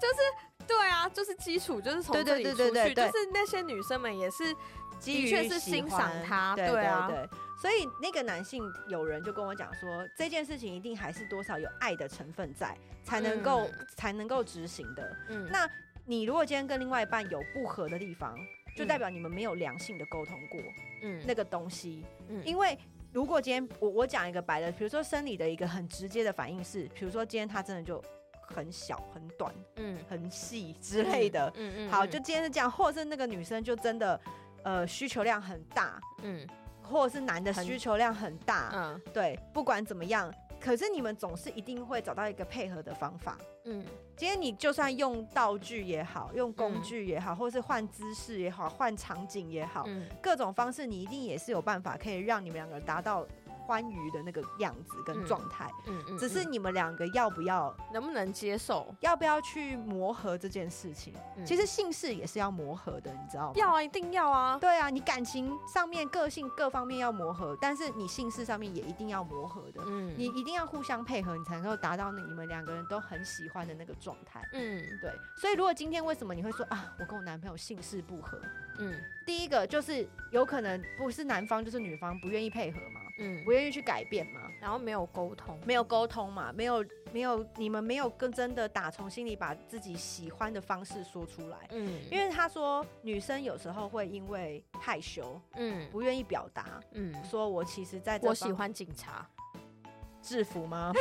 Speaker 3: 就是对啊，就是基础就是从
Speaker 2: 对
Speaker 3: 这
Speaker 2: 对
Speaker 3: 里
Speaker 2: 对
Speaker 3: 出去，
Speaker 2: 对对对
Speaker 3: 就是那些女生们也是
Speaker 2: 基于
Speaker 3: 的确是
Speaker 2: 喜
Speaker 3: 欣
Speaker 2: 欢
Speaker 3: 赏他
Speaker 2: 对
Speaker 3: 对啊
Speaker 2: 对。所以那个男性友人就跟我讲说，这件事情一定还是多少有爱的成分在，才能够、
Speaker 3: 嗯
Speaker 2: 才能够执行的。
Speaker 3: 嗯
Speaker 2: 那你如果今天跟另外一半有不合的地方，就代表你们没有良性的沟通过、
Speaker 3: 嗯
Speaker 2: 那个东西，
Speaker 3: 嗯
Speaker 2: 因为。如果今天我我讲一个白的，比如说生理的一个很直接的反应是，比如说今天他真的就很小、很短、
Speaker 3: 嗯
Speaker 2: 很细之类的，
Speaker 3: 嗯嗯
Speaker 2: 好，就今天是这样，或者是那个女生就真的，呃，需求量很大，
Speaker 3: 嗯
Speaker 2: 或者是男的
Speaker 3: 很
Speaker 2: 需求量很大，
Speaker 3: 嗯
Speaker 2: 对，不管怎么样，可是你们总是一定会找到一个配合的方法。
Speaker 3: 嗯
Speaker 2: 今天你就算用道具也好，用工具也好，或是换姿势也好，换场景也好，
Speaker 3: 嗯
Speaker 2: 各种方式，你一定也是有办法可以让你们两个人达到欢愉的那个样子跟
Speaker 3: 嗯
Speaker 2: 状态。
Speaker 3: 嗯嗯，
Speaker 2: 只是
Speaker 3: 嗯
Speaker 2: 你们两个要不要
Speaker 3: 能不能接受？
Speaker 2: 要不要去磨合这件事情？
Speaker 3: 嗯
Speaker 2: 其实性事也是要磨合的，你知道吗？
Speaker 3: 要啊，一定要啊。
Speaker 2: 对啊，你感情上面、个性各方面要磨合，但是你性事上面也一定要磨合的。
Speaker 3: 嗯
Speaker 2: 啊你一定要互相配合，你才能够达到你们两个人都很喜欢的那个状态。
Speaker 3: 嗯
Speaker 2: 对，所以如果今天为什么你会说啊，我跟我男朋友性事不合？
Speaker 3: 嗯
Speaker 2: 第一个就是有可能不是男方就是女方不愿意配合嘛，
Speaker 3: 嗯
Speaker 2: 不，愿意去改变嘛，
Speaker 3: 然后没有沟通，
Speaker 2: 没有沟通嘛，没有没有你们没有更真的打从心里把自己喜欢的方式说出来。
Speaker 3: 嗯，
Speaker 2: 因为他说女生有时候会因为害羞
Speaker 3: 嗯
Speaker 2: 不愿意表达，
Speaker 3: 嗯，
Speaker 2: 说我其实在这
Speaker 3: 我喜
Speaker 2: 方
Speaker 3: 欢警察。
Speaker 2: 制服吗？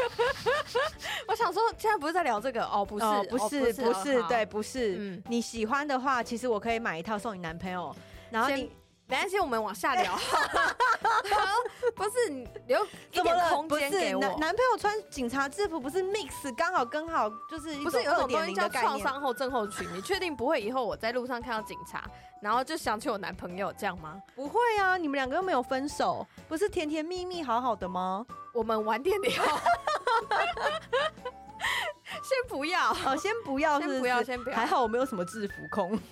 Speaker 3: 我想说，现在不是在聊这个哦， 不
Speaker 2: 不
Speaker 3: 是，
Speaker 2: 哦、不
Speaker 3: 哦
Speaker 2: 是不是，，
Speaker 3: 哦
Speaker 2: 对，
Speaker 3: 好
Speaker 2: 不是。
Speaker 3: 嗯，
Speaker 2: 你喜欢的话，其实我可以买一套送你男朋友，然后
Speaker 3: 先
Speaker 2: 你
Speaker 3: 没关系，我们往下 聊。不是，你留一
Speaker 2: 怎么
Speaker 3: 点
Speaker 2: 了？
Speaker 3: 空
Speaker 2: 不
Speaker 3: 间
Speaker 2: 是
Speaker 3: 给
Speaker 2: 男
Speaker 3: 我。
Speaker 2: 男朋友穿警察制服，不是 mix 刚好刚好就是一
Speaker 3: 不是有
Speaker 2: 二
Speaker 3: 种
Speaker 2: 点
Speaker 3: 东西
Speaker 2: 零
Speaker 3: 叫
Speaker 2: 的概
Speaker 3: 创
Speaker 2: 念。
Speaker 3: 伤后症候群？你确定不会以后我在路上看到警察，然后就想起我男朋友这样吗？
Speaker 2: 不会啊，你们两个又没有分手，不是甜甜蜜蜜好好的 吗？
Speaker 3: 我们晚点聊， 先不要，
Speaker 2: 哦，先不要，是
Speaker 3: 先不
Speaker 2: 是
Speaker 3: 要，先不要
Speaker 2: 还。好我没有什么制服控。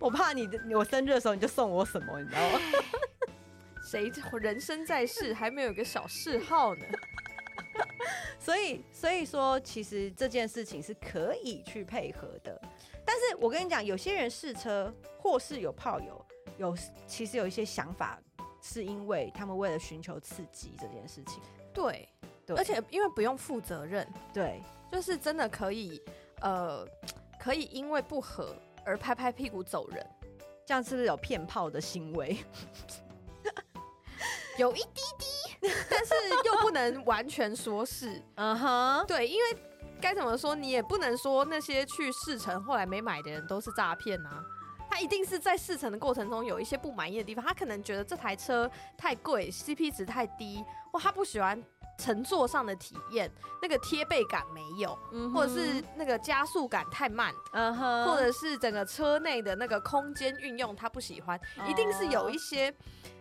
Speaker 2: 我怕你，我生日的时候你就送我什么，你知道 吗？
Speaker 3: 谁人生在世还没有个小嗜好呢？
Speaker 2: 所以，所以说，其实这件事情是可以去配合的。但是我跟你讲，有些人试车或是有炮友，有其实有一些想法，是因为他们为了寻求刺激这件事情。
Speaker 3: 对，
Speaker 2: 对，
Speaker 3: 而且因为不用负责任，
Speaker 2: 对
Speaker 3: 就是真的可以，呃，可以因为不和而拍拍屁股走人，
Speaker 2: 这样是不是有骗炮的行为？
Speaker 3: 有一滴滴， 但是又不能完全说是
Speaker 2: 嗯哼，
Speaker 3: 对，因为该怎么说，你也不能说那些去试乘后来没买的人都是诈骗啊。他一定是在试乘的过程中有一些不满意的地方，他可能觉得这台车太贵，CP 值太低，或他不喜欢乘坐上的体验，那个贴背感没有，
Speaker 2: 嗯
Speaker 3: 或者是那个加速感太慢，
Speaker 2: 嗯哼，
Speaker 3: 或者是整个车内的那个空间运用他不喜欢，一定是
Speaker 2: 哦
Speaker 3: 有一些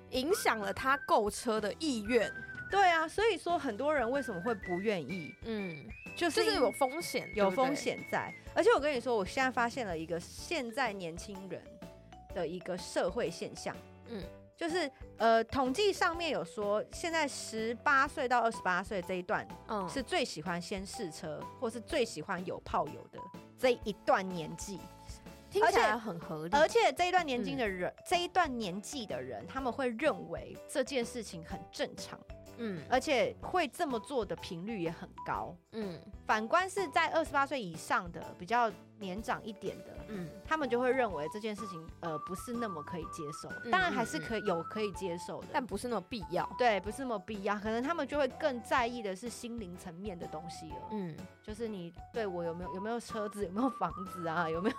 Speaker 3: 影响了他购车的意愿。
Speaker 2: 对啊。所以说，很多人为什么会不愿意，
Speaker 3: 嗯，
Speaker 2: 就是
Speaker 3: 就是
Speaker 2: 因
Speaker 3: 有风险，
Speaker 2: 有
Speaker 3: 对不对
Speaker 2: 风。险在。而且我跟你说，我现在发现了一个现在年轻人的一个社会现象，嗯
Speaker 3: 嗯，
Speaker 2: 就是呃，统计上面有说，现在十八岁到二十八岁这一段
Speaker 3: 嗯，
Speaker 2: 是最喜欢先试车，或是最喜欢有炮友的这一段年纪。
Speaker 3: 听
Speaker 2: 而
Speaker 3: 起
Speaker 2: 且
Speaker 3: 来很合理。
Speaker 2: 嗯而且这一段年纪
Speaker 3: 嗯
Speaker 2: 的人，这一段年纪的人，他们会认为这件事情很正常，
Speaker 3: 嗯
Speaker 2: 而且会这么做的频率也很高。
Speaker 3: 嗯
Speaker 2: 反观是在二十八岁以上的比较年长一点的，
Speaker 3: 嗯，
Speaker 2: 他们就会认为这件事情呃不是那么可以接受
Speaker 3: 嗯，
Speaker 2: 当然
Speaker 3: 嗯
Speaker 2: 还是
Speaker 3: 嗯
Speaker 2: 可以有可以接受的，
Speaker 3: 但不是那么必要。
Speaker 2: 对不是那么必要，可能他们就会更在意的是心灵层面的东西了，
Speaker 3: 嗯，
Speaker 2: 就是你对我有没有有没有车子，有没有房子啊， 有没有、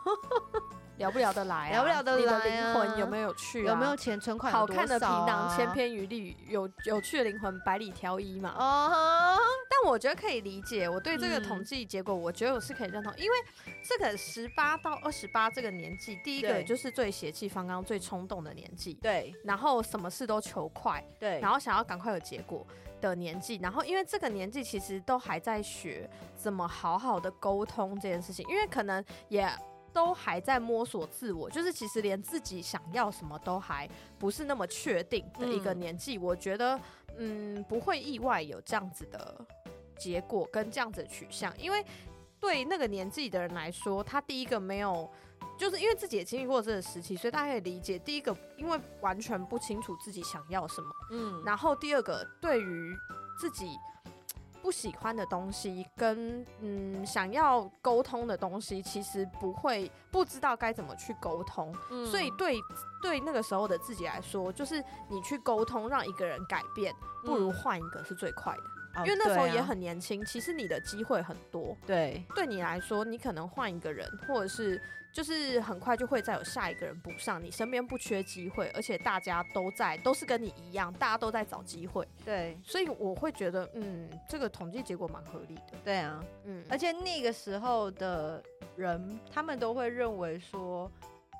Speaker 3: 聊不聊得来、啊，
Speaker 2: 聊不聊得来啊
Speaker 3: 你的灵魂有没有去、啊？
Speaker 2: 有没有啊钱存款、
Speaker 3: 好看的皮囊，千
Speaker 2: 千篇
Speaker 3: 篇一律，有有趣的灵魂，百里挑一嘛。
Speaker 2: 哦
Speaker 3: 但我觉得可以理解，我对这个
Speaker 2: 嗯
Speaker 3: 统计结果，我觉得我是可以认同，因为这个十八到二十八这个年纪，第一个
Speaker 2: 对
Speaker 3: 就是最血气方刚、最冲动的年纪，
Speaker 2: 对
Speaker 3: 然后什么事都求快，
Speaker 2: 对，
Speaker 3: 然后想要赶快有结果的年纪，然后因为这个年纪其实都还在学怎么好好的沟通这件事情，因为可能也都还在摸索自我，就是其实连自己想要什么都还不是那么确定的一个
Speaker 2: 嗯
Speaker 3: 年纪，我觉得嗯不会意外有这样子的结果跟这样子的取向，因为对那个年纪的人来说，他第一个没有。就是因为自己也经历过这个时期，所以大家可以理解。第一个，因为完全不清楚自己想要什么，
Speaker 2: 嗯
Speaker 3: 然后第二个，对于自己不喜欢的东西跟嗯想要沟通的东西，其实不会不知道该怎么去沟通，
Speaker 2: 嗯
Speaker 3: 所以对对那个时候的自己来说，就是你去沟通让一个人改变，不如
Speaker 2: 嗯
Speaker 3: 换一个是最快的，
Speaker 2: 哦
Speaker 3: 因为那时候
Speaker 2: 对啊
Speaker 3: 也很年轻，其实你的机会很多。
Speaker 2: 对
Speaker 3: 对你来说，你可能换一个人，或者是就是很快就会再有下一个人补上。你身边不缺机会，而且大家都在都是跟你一样，大家都在找机会，
Speaker 2: 对
Speaker 3: 所以我会觉得，嗯，这个统计结果蛮合理的。
Speaker 2: 对啊，
Speaker 3: 嗯，
Speaker 2: 而且那个时候的人，他们都会认为说，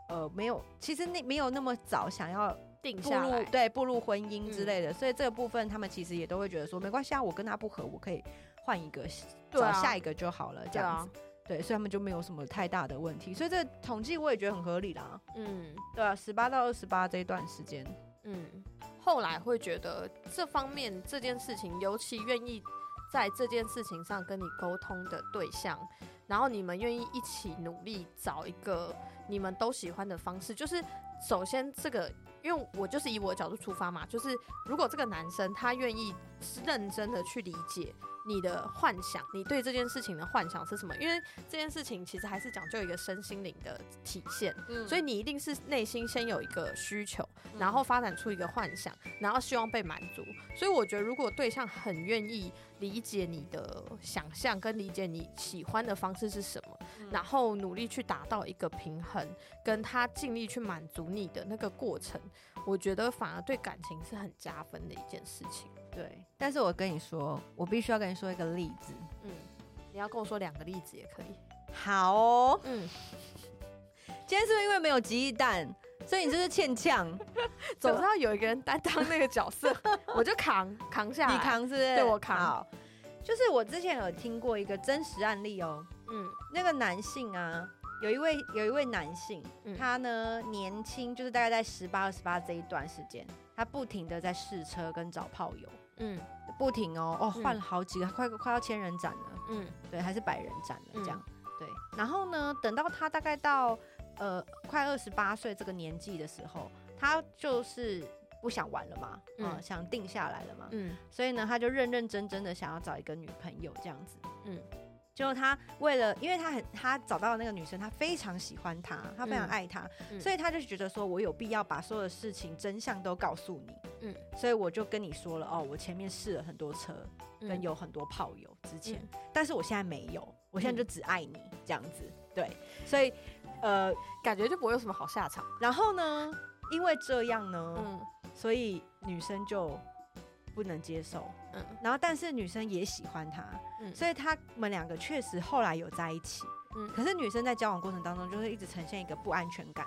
Speaker 2: 呃，没有，其实那没有那么早想要
Speaker 3: 定
Speaker 2: 步
Speaker 3: 下
Speaker 2: 入
Speaker 3: 来，
Speaker 2: 对步入婚姻之
Speaker 3: 嗯
Speaker 2: 类的，所以这个部分他们其实也都会觉得说，没关系啊，我跟他不合，我可以换一个，
Speaker 3: 对啊
Speaker 2: 找下一个就好了，这
Speaker 3: 对
Speaker 2: 样
Speaker 3: 啊
Speaker 2: 子。，对，所以他们就没有什么太大的问题，所以这个统计我也觉得很合理啦。
Speaker 3: 嗯
Speaker 2: 对啊，十八到二十八这一段时间，
Speaker 3: 嗯。后来会觉得这方面这件事情，尤其愿意在这件事情上跟你沟通的对象，然后你们愿意一起努力找一个你们都喜欢的方式，就是首先这个，因为我就是以我的角度出发嘛，就是如果这个男生他愿意认真的去理解你的幻想，你对这件事情的幻想是什么，因为这件事情其实还是讲究一个身心灵的体现，
Speaker 2: 嗯
Speaker 3: 所以你一定是内心先有一个需求，然后发展出一个幻想，然后希望被满足。所以我觉得，如果对象很愿意理解你的想象，跟理解你喜欢的方式是什么，然后努力去达到一个平衡，跟他尽力去满足你的那个过程，我觉得反而对感情是很加分的一件事情。
Speaker 2: 对，但是我跟你说，我必须要跟你说一个例子。
Speaker 3: 嗯，你要跟我说两个例子也可以。
Speaker 2: 好、哦，
Speaker 3: 嗯，
Speaker 2: 今天是不是因为没有吉利蛋，所以你就是欠 呛，
Speaker 3: 总是要有一个人担当那个角 色，我就扛扛下来。
Speaker 2: 你，扛是不是？
Speaker 3: 对我扛
Speaker 2: 好。就是我之前有听过一个真实案例哦，
Speaker 3: 嗯
Speaker 2: 那个男性啊，有一位有一位男性，
Speaker 3: 嗯
Speaker 2: 他呢年轻，就是大概在十八、二十八这一段时间，他不停的在试车跟找炮友，
Speaker 3: 嗯
Speaker 2: 不停哦，哦
Speaker 3: 嗯
Speaker 2: 换了好几个，快快要千人斩了，
Speaker 3: 嗯
Speaker 2: 对，还是百人斩了
Speaker 3: 嗯
Speaker 2: 这样，对。然后呢，等到他大概到呃快二十八岁这个年纪的时候，他就是不想玩了嘛，
Speaker 3: 嗯
Speaker 2: 嗯，想定下来了嘛，
Speaker 3: 嗯
Speaker 2: 所以呢，他就认认真真的想要找一个女朋友这样子。
Speaker 3: 嗯
Speaker 2: 嗯，结果他为了，因为他很他找到那个女生，他非常喜欢她，他非常
Speaker 3: 嗯
Speaker 2: 爱她，
Speaker 3: 嗯
Speaker 2: 所以他就觉得说我有必要把所有的事情真相都告诉你。嗯，
Speaker 3: 嗯
Speaker 2: 所以我就跟你说了哦，我前面试了很多车，跟
Speaker 3: 嗯
Speaker 2: 有很多炮友之前，
Speaker 3: 嗯
Speaker 2: 但是我现在没有，我现在
Speaker 3: 嗯
Speaker 2: 就只爱你这样子。对，所以呃，
Speaker 3: 感觉就不会有什么好下场。
Speaker 2: 然后呢，因为这样呢，
Speaker 3: 嗯
Speaker 2: 所以女生就不能接受。
Speaker 3: 嗯
Speaker 2: 然后但是女生也喜欢他，
Speaker 3: 嗯，
Speaker 2: 所以他们两个确实后来有在一起。
Speaker 3: 嗯
Speaker 2: 可是女生在交往过程当中，就会一直呈现一个不安全感，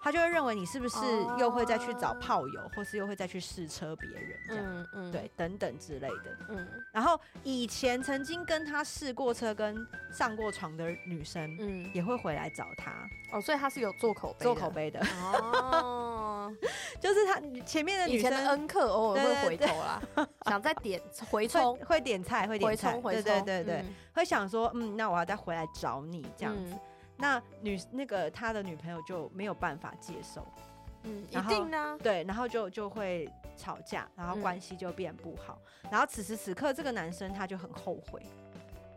Speaker 2: 她就会认为你是不是又会再去找炮友，或是又会再去试车别人这样。
Speaker 3: 哦嗯嗯
Speaker 2: 对，等等之类的。
Speaker 3: 嗯
Speaker 2: 然后以前曾经跟他试过车、跟上过床的女生，
Speaker 3: 嗯
Speaker 2: 也会回来找他
Speaker 3: 哦，所以他是有做口碑的
Speaker 2: 做口碑的。
Speaker 3: 哦。
Speaker 2: 就是他前面的
Speaker 3: 以
Speaker 2: 女
Speaker 3: 前的
Speaker 2: 生
Speaker 3: 恩客偶尔会回头 啦，想再点回冲
Speaker 2: 会会点菜，会
Speaker 3: 回
Speaker 2: 点菜，
Speaker 3: 冲回
Speaker 2: 对
Speaker 3: 冲，
Speaker 2: 对对对，
Speaker 3: 嗯
Speaker 2: 会想说，嗯，那我要再回来找你这样子。那女那个他的女朋友就没有办法接受，
Speaker 3: 嗯，一
Speaker 2: 然后
Speaker 3: 定呢。
Speaker 2: 对，然后就就会吵架，然后
Speaker 3: 嗯
Speaker 2: 关系就变不好。然后此时此刻，这个男生他就很后悔，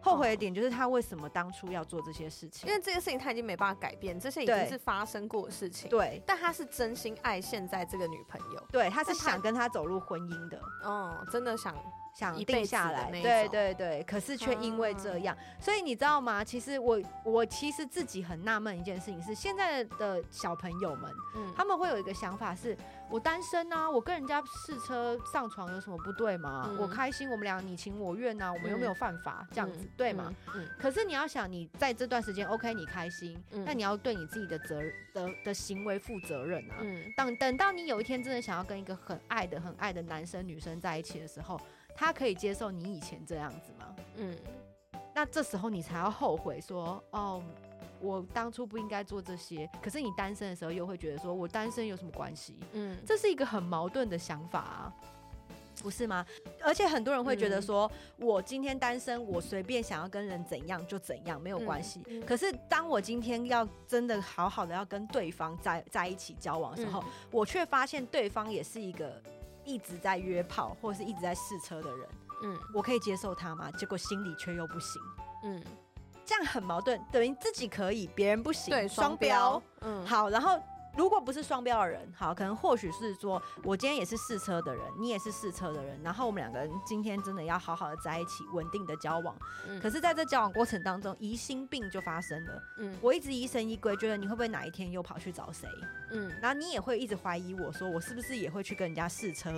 Speaker 2: 后悔的
Speaker 3: 哦
Speaker 2: 点就是他为什么当初要做这些事情
Speaker 3: 因。为这些事情他已经没办法改变，这些已
Speaker 2: 对
Speaker 3: 经是发生过的事情。，
Speaker 2: 对
Speaker 3: 但他是真心爱现在这个女朋友，
Speaker 2: 对，他是
Speaker 3: 但他
Speaker 2: 想跟他走入婚姻的，
Speaker 3: 嗯，真的想
Speaker 2: 想
Speaker 3: 一辈
Speaker 2: 定
Speaker 3: 子
Speaker 2: 下
Speaker 3: 的
Speaker 2: 来。
Speaker 3: 那一
Speaker 2: 对
Speaker 3: 种哦
Speaker 2: 对对，可是却因为这样，所以你知道吗？其实我我其实自己很纳闷一件事情是，现在的小朋友们
Speaker 3: 嗯，
Speaker 2: 他们会有一个想法是：我单身啊，我跟人家试车上床有什么不对吗？
Speaker 3: 嗯
Speaker 2: 我开心，我们俩你情我愿呐、啊我们又没有犯法，这样子、
Speaker 3: 嗯
Speaker 2: 对吗？？
Speaker 3: 嗯，
Speaker 2: 可是你要想，你在这段时间 OK，你开心，
Speaker 3: 嗯
Speaker 2: 那你要对你自己的责的的行为负责任啊。
Speaker 3: 嗯嗯
Speaker 2: 等等到你有一天真的想要跟一个很爱的、很爱的男生、女生在一起的时候，他可以接受你以前这样子吗？
Speaker 3: 嗯，
Speaker 2: 那这时候你才要后悔说，哦，我当初不应该做这些。可是你单身的时候又会觉得说，我单身有什么关系？
Speaker 3: 嗯，
Speaker 2: 这是一个很矛盾的想法啊，嗯不是吗？而且很多人会觉得说，我今天单身，我随便想要跟人怎样就怎样，没有关系。
Speaker 3: 嗯嗯
Speaker 2: 可是当我今天要真的好好的要跟对方在在一起交往的时候，
Speaker 3: 嗯
Speaker 2: 我却发现对方也是一个。一直在约炮或者是一直在试车的人，
Speaker 3: 嗯
Speaker 2: 我可以接受他吗？结果心里却又不行，
Speaker 3: 嗯，
Speaker 2: 这样很矛盾，等于自己可以，别人不行，
Speaker 3: 对，
Speaker 2: 双
Speaker 3: 双
Speaker 2: 标
Speaker 3: 标，。嗯，
Speaker 2: 好，然后如果不是双标的人，好，可能或许是说我今天也是试车的人，你也是试车的人，然后我们两个人今天真的要好好的在一起，稳定的交往。
Speaker 3: 嗯
Speaker 2: 可是在这交往过程当中，疑心病就发生了。
Speaker 3: 嗯
Speaker 2: 我一直疑神疑鬼，觉得你会不会哪一天又跑去找谁，
Speaker 3: 嗯
Speaker 2: 然后你也会一直怀疑我说我是不是也会去跟人家试车。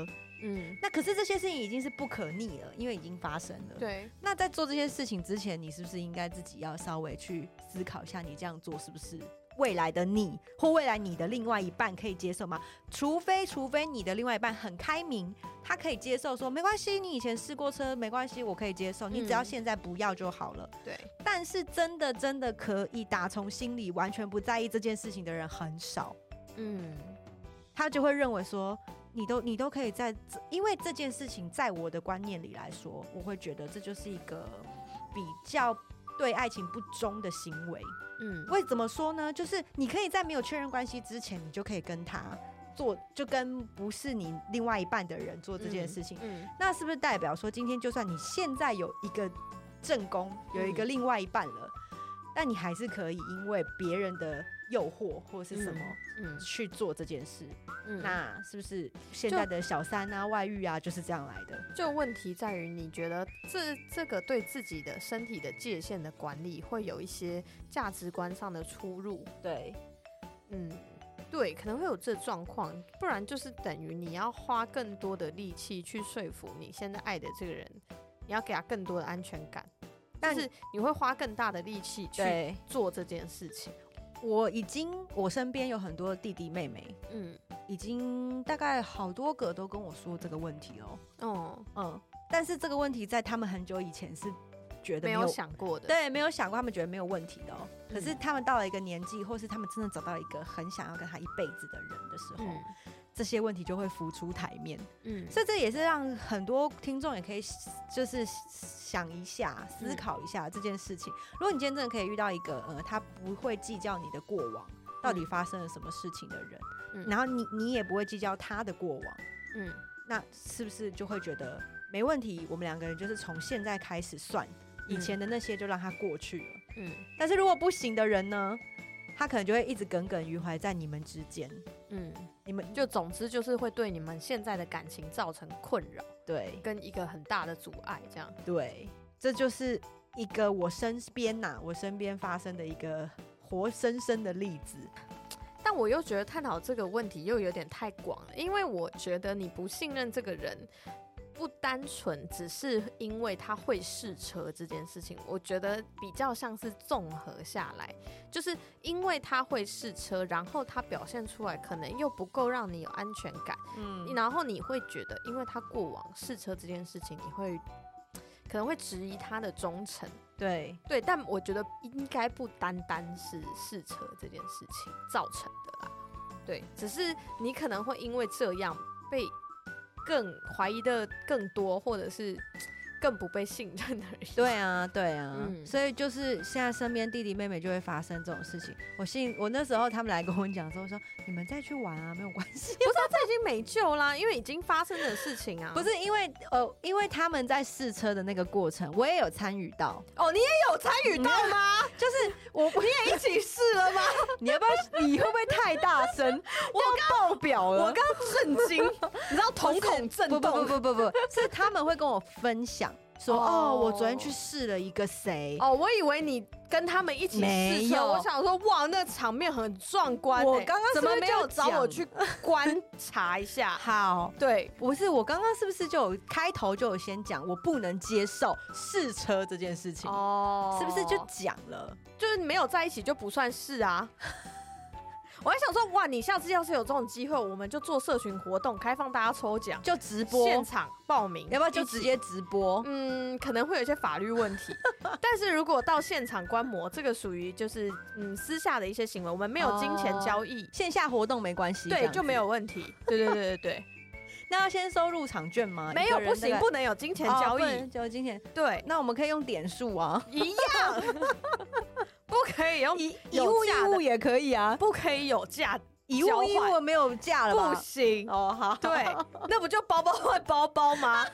Speaker 3: 嗯，
Speaker 2: 那可是这些事情已经是不可逆了，因为已经发生了。。
Speaker 3: 对，
Speaker 2: 那在做这些事情之前，你是不是应该自己要稍微去思考一下，你这样做是不是未来的你或未来你的另外一半可以接受吗？除非除非你的另外一半很开明，他可以接受说没关系，你以前试过车没关系，我可以接受，你只要
Speaker 3: 嗯
Speaker 2: 现在不要就好了。
Speaker 3: 对，
Speaker 2: 但是真的真的可以打从心里完全不在意这件事情的人很少。
Speaker 3: 嗯
Speaker 2: 他就会认为说，你都你都可以在这，因为这件事情在我的观念里来说，我会觉得这就是一个比较对爱情不忠的行为。
Speaker 3: 嗯
Speaker 2: 为怎么说呢？就是你可以在没有确认关系之前，你就可以跟他做，就跟不是你另外一半的人做这件事情。
Speaker 3: 嗯
Speaker 2: 那是不是代表说，今天就算你现在有一个正宫，有一
Speaker 3: 嗯
Speaker 2: 个另外一半了，但你还是可以因为别人的诱惑或是什么、
Speaker 3: 嗯
Speaker 2: 去做这件事？
Speaker 3: 嗯，
Speaker 2: 那是不是现在的小三啊、外遇啊，就是这样来的？
Speaker 3: 就问题在于，你觉得这这个对自己的身体的界限的管理会有一些价值观上的出入？
Speaker 2: 对，
Speaker 3: 嗯，对，可能会有这状况，不然就是等于你要花更多的力气去说服你现在爱的这个人，你要给他更多的安全感，但
Speaker 2: 但
Speaker 3: 是你会花更大的力气去
Speaker 2: 对
Speaker 3: 做这件事情。
Speaker 2: 我已经，我身边有很多弟弟妹妹，
Speaker 3: 嗯，
Speaker 2: 已经大概好多个都跟我说这个问题哦。
Speaker 3: 哦，
Speaker 2: 嗯，但是这个问题在他们很久以前是觉得
Speaker 3: 没
Speaker 2: 没有
Speaker 3: 有想过的，嗯
Speaker 2: 对没有想过，他们觉得没有问题的哦。可是他们到了一个年纪，或是他们真的找到一个很想要跟他一辈子的人的时候，
Speaker 3: 嗯
Speaker 2: 这些问题就会浮出台面。
Speaker 3: 嗯，
Speaker 2: 所以这也是让很多听众也可以就是想一下、思考一下这件事情。如果你今天真的可以遇到一个呃，他不会计较你的过往到底发生了什么事情的人，
Speaker 3: 嗯
Speaker 2: 然后你你也不会计较他的过往，
Speaker 3: 嗯
Speaker 2: 那是不是就会觉得没问题？我们两个人就是从现在开始算，以前的那些就让它过去了。
Speaker 3: 嗯
Speaker 2: 但是如果不行的人呢，他可能就会一直耿耿于怀在你们之间，
Speaker 3: 嗯，
Speaker 2: 你们
Speaker 3: 就总之就是会对你们现在的感情造成困扰。
Speaker 2: 对。
Speaker 3: 跟一个很大的阻碍，这样。
Speaker 2: 对，这就是一个我身边呐、我身边发生的一个活生生的例子。
Speaker 3: 但我又觉得探讨这个问题又有点太广了，因为我觉得你不信任这个人，不单纯只是因为他会试车这件事情，我觉得比较像是综合下来，就是因为他会试车，然后他表现出来可能又不够让你有安全感，
Speaker 2: 嗯
Speaker 3: 然后你会觉得，因为他过往试车这件事情，你会可能会质疑他的忠诚。
Speaker 2: 对，
Speaker 3: 对，但我觉得应该不单单是试车这件事情造成的啦。对，只是你可能会因为这样被更怀疑的更多，或者是更不被信任的人。
Speaker 2: 对啊，对啊，
Speaker 3: 嗯
Speaker 2: 所以就是现在身边弟弟妹妹就会发生这种事情。我信我那时候他们来跟我讲说，我说你们再去玩啊，没有关系。
Speaker 3: 不是、啊，这已经没救啦，因为已经发生的事情啊。
Speaker 2: 不是因为呃，因为他们在试车的那个过程，我也有参与到，
Speaker 3: 哦，你也有参与到吗？
Speaker 2: 就是我不，
Speaker 3: 你也一起试了吗？
Speaker 2: 你要不要？你会不会太大 声？我要爆表了！
Speaker 3: 我刚震 惊，你知道瞳孔震
Speaker 2: 不
Speaker 3: 动，
Speaker 2: 不不不不不，是他们会跟我分享说，
Speaker 3: 哦
Speaker 2: 哦，我昨天去试了一个谁，
Speaker 3: 哦，我以为你跟他们一起
Speaker 2: 没
Speaker 3: 试车，
Speaker 2: 有
Speaker 3: 我想说哇，那场面很壮观欸、
Speaker 2: 我刚刚是
Speaker 3: 怎
Speaker 2: 不
Speaker 3: 么
Speaker 2: 是
Speaker 3: 没
Speaker 2: 就
Speaker 3: 有找我
Speaker 2: 讲
Speaker 3: 去观察 一下？
Speaker 2: 好。
Speaker 3: 对，
Speaker 2: 不是我刚刚是不是就有开头就有先讲我不能接受试车这件事情，
Speaker 3: 哦
Speaker 2: 是不是就讲了？
Speaker 3: 就是没有在一起就不算是 啊？我还想说哇，你下次要是有这种机会，我们就做社群活动，开放大家抽奖，
Speaker 2: 就直播，
Speaker 3: 现场报名，
Speaker 2: 要不要就
Speaker 3: 一起
Speaker 2: 直接直播？
Speaker 3: 嗯，可能会有一些法律问 题，但是如果到现场观摩，这个属于就是嗯私下的一些行为，我们没有金钱交易，
Speaker 2: 线下活动没关系，这
Speaker 3: 对
Speaker 2: 样子
Speaker 3: 就没。有问题。 对对对对对，
Speaker 2: 那要先收入场券吗？啊
Speaker 3: 没
Speaker 2: 一
Speaker 3: 有
Speaker 2: 个人
Speaker 3: 不行，
Speaker 2: 大概
Speaker 3: 不能有金钱
Speaker 2: 哦
Speaker 3: 交易，
Speaker 2: 不能就今天。
Speaker 3: 对，
Speaker 2: 那我们可以用点数啊，
Speaker 3: 一样， 不可以用，
Speaker 2: 一一
Speaker 3: 有
Speaker 2: 物
Speaker 3: 价
Speaker 2: 一
Speaker 3: 的
Speaker 2: 物也可以啊，
Speaker 3: 不可以有价，
Speaker 2: 一物一
Speaker 3: 交换
Speaker 2: 物没有价了
Speaker 3: 不
Speaker 2: 吧？
Speaker 3: 行。
Speaker 2: 哦，好，
Speaker 3: 对，那不就包包换包包吗？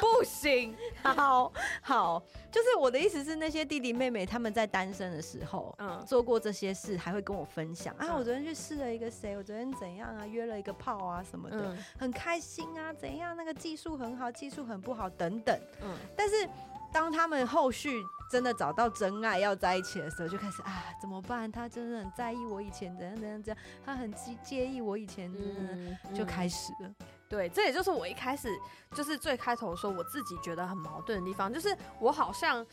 Speaker 3: 不行，
Speaker 2: 好好，就是我的意思是，那些弟弟妹妹他们在单身的时候，
Speaker 3: 嗯，
Speaker 2: 做过这些事，还会跟我分享啊，
Speaker 3: 嗯
Speaker 2: 我昨天去试了一个谁，我昨天怎样啊，约了一个炮啊什么的，
Speaker 3: 嗯
Speaker 2: 很开心啊，怎样那个技术很好，技术很不好等等。
Speaker 3: 嗯，
Speaker 2: 但是当他们后续真的找到真爱要在一起的时候，就开始啊怎么办？他真的很在意我以前怎样怎样怎样，他很介介意我以前怎样怎样，就
Speaker 3: 嗯
Speaker 2: 开始了。
Speaker 3: 对，这也就是我一开始就是最开头说我自己觉得很矛盾的地方，就是我好像，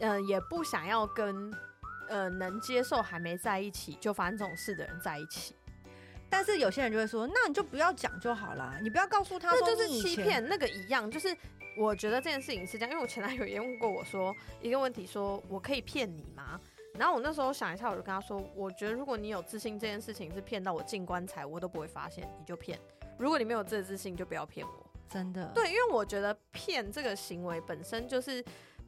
Speaker 3: 呃，也不想要跟，呃，能接受还没在一起就发生这种事的人在一起，
Speaker 2: 但是有些人就会说，那你就不要讲就好啦，你不要告诉他说
Speaker 3: 那就是
Speaker 2: 你以
Speaker 3: 欺
Speaker 2: 前。
Speaker 3: 骗，那个一样，就是我觉得这件事情是这样，因为我前男友也问过我说一个问题说我可以骗你吗？然后我那时候想一下，我就跟他说，我觉得如果你有自信，这件事情是骗到我进棺材我都不会发现，你就骗；如果你没有这个自信，就不要骗我。
Speaker 2: 真的，
Speaker 3: 对，因为我觉得骗这个行为本身就是，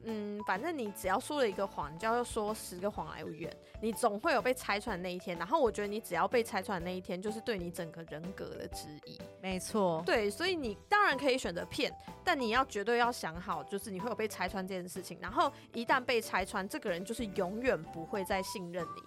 Speaker 3: 嗯，反正你只要说了一个谎，你就要说十个谎来圆，你总会有被拆穿的那一天。然后我觉得你只要被拆穿的那一天，就是对你整个人格的质疑。
Speaker 2: 没错，
Speaker 3: 对，所以你当然可以选择骗，但你要绝对要想好，就是你会有被拆穿这件事情。然后一旦被拆穿，这个人就是永远不会再信任你。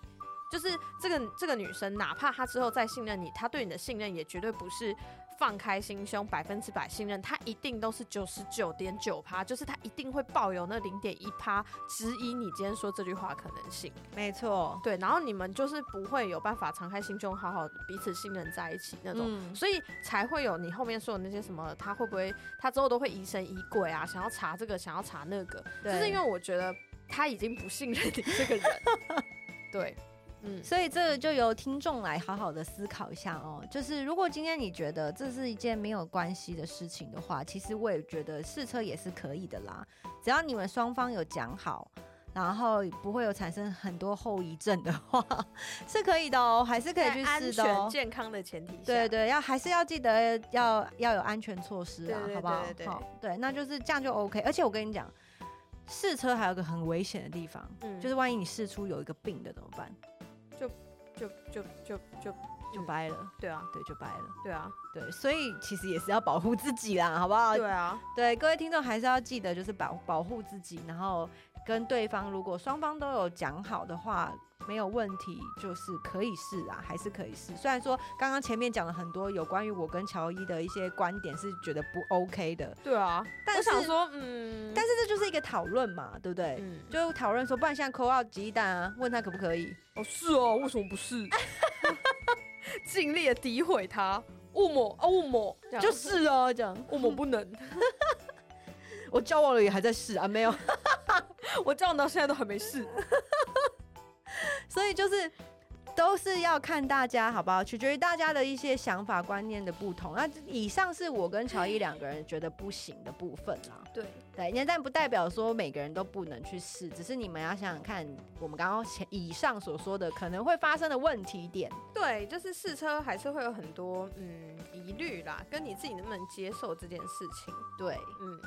Speaker 3: 就是这个这个女生，哪怕她之后再信任你，她对你的信任也绝对不是放开心胸百分之百信任，她一定都是九十九点九趴，就是她一定会抱有那零点一趴质疑你今天说这句话的可能性。
Speaker 2: 没错，
Speaker 3: 对，然后你们就是不会有办法敞开心胸，好好彼此信任在一起那种。
Speaker 2: 嗯，
Speaker 3: 所以才会有你后面说的那些什么，他会不会他之后都会疑神疑鬼啊，想要查这个，想要查那个，就
Speaker 2: 对
Speaker 3: 是因为我觉得他已经不信任你这 个人，对，嗯，
Speaker 2: 所以这个就由听众来好好的思考一下哦。就是如果今天你觉得这是一件没有关系的事情的话，其实我也觉得试车也是可以的啦，只要你们双方有讲好。然后不会有产生很多后遗症的话， 是可以的哦，还是可以
Speaker 3: 在
Speaker 2: 去
Speaker 3: 安
Speaker 2: 试的哦
Speaker 3: 全。健康的前提下，
Speaker 2: 对对，要还是要记得要要有安全措施啊，
Speaker 3: 对对
Speaker 2: 好不好？
Speaker 3: 对对对
Speaker 2: 好，对，那就是这样就 OK。而且我跟你讲，试车还有个很危险的地方，
Speaker 3: 嗯，
Speaker 2: 就是万一你试出有一个病的怎么办？
Speaker 3: 就就就就
Speaker 2: 就
Speaker 3: 嗯
Speaker 2: 掰了，
Speaker 3: 对啊，
Speaker 2: 对，就掰了。
Speaker 3: 对啊，
Speaker 2: 对，所以其实也是要保护自己啦，好不好？
Speaker 3: 对啊，
Speaker 2: 对各位听众还是要记得，就是保保护自己，然后跟对方如果双方都有讲好的话，没有问题，就是可以试啊，还是可以试。虽然说刚刚前面讲了很多有关于我跟乔伊的一些观点是觉得不 OK 的，
Speaker 3: 对啊，
Speaker 2: 但
Speaker 3: 我想
Speaker 2: 是
Speaker 3: 说，嗯，
Speaker 2: 但是这就是一个讨论嘛，对不对？
Speaker 3: 嗯，
Speaker 2: 就讨论说，不然现在扣二鸡蛋啊，问他可不可以？
Speaker 3: 哦是哦，为什么不 是？尽力的诋毁他，物某啊物某，这样
Speaker 2: 就是哦，这样
Speaker 3: 物某不能。
Speaker 2: 我交往了也还在试啊，没有。
Speaker 3: 我交往到现在都还没事。
Speaker 2: 所以就是都是要看大家好不好，取决于大家的一些想法观念的不同。那以上是我跟乔伊两个人觉得不行的部分啦。
Speaker 3: 对，
Speaker 2: 对，那但不代表说每个人都不能去试，只是你们要想想看，我们刚刚前以上所说的可能会发生的问题点。
Speaker 3: 对，就是试车还是会有很多嗯疑虑啦，跟你自己能不能接受这件事情。
Speaker 2: 对，
Speaker 3: 嗯，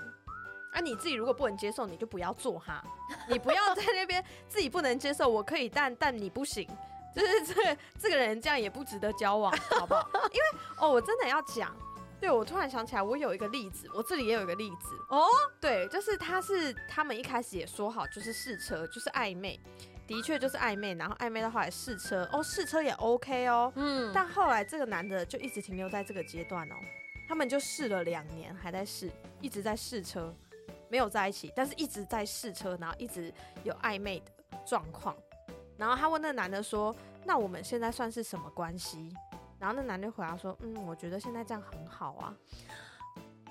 Speaker 3: 啊，你自己如果不能接受，你就不要做哈，你不要在那边自己不能接受，我可以，但但你不行。就是这个这个人这样也不值得交往，好不好？因为哦，我真的要讲，对我突然想起来，我有一个例子，我这里也有一个例子
Speaker 2: 哦。
Speaker 3: 对，就是他是他们一开始也说好，就是试车，就是暧昧，的确就是暧昧，然后暧昧到后来试车，哦，试车也 OK 哦，
Speaker 2: 嗯，
Speaker 3: 但后来这个男的就一直停留在这个阶段哦，他们就试了两年，还在试，一直在试车，没有在一起，但是一直在试车，然后一直有暧昧的状况。然后他问那个男的说：“那我们现在算是什么关系？”然后那男的回答说：“嗯，我觉得现在这样很好啊。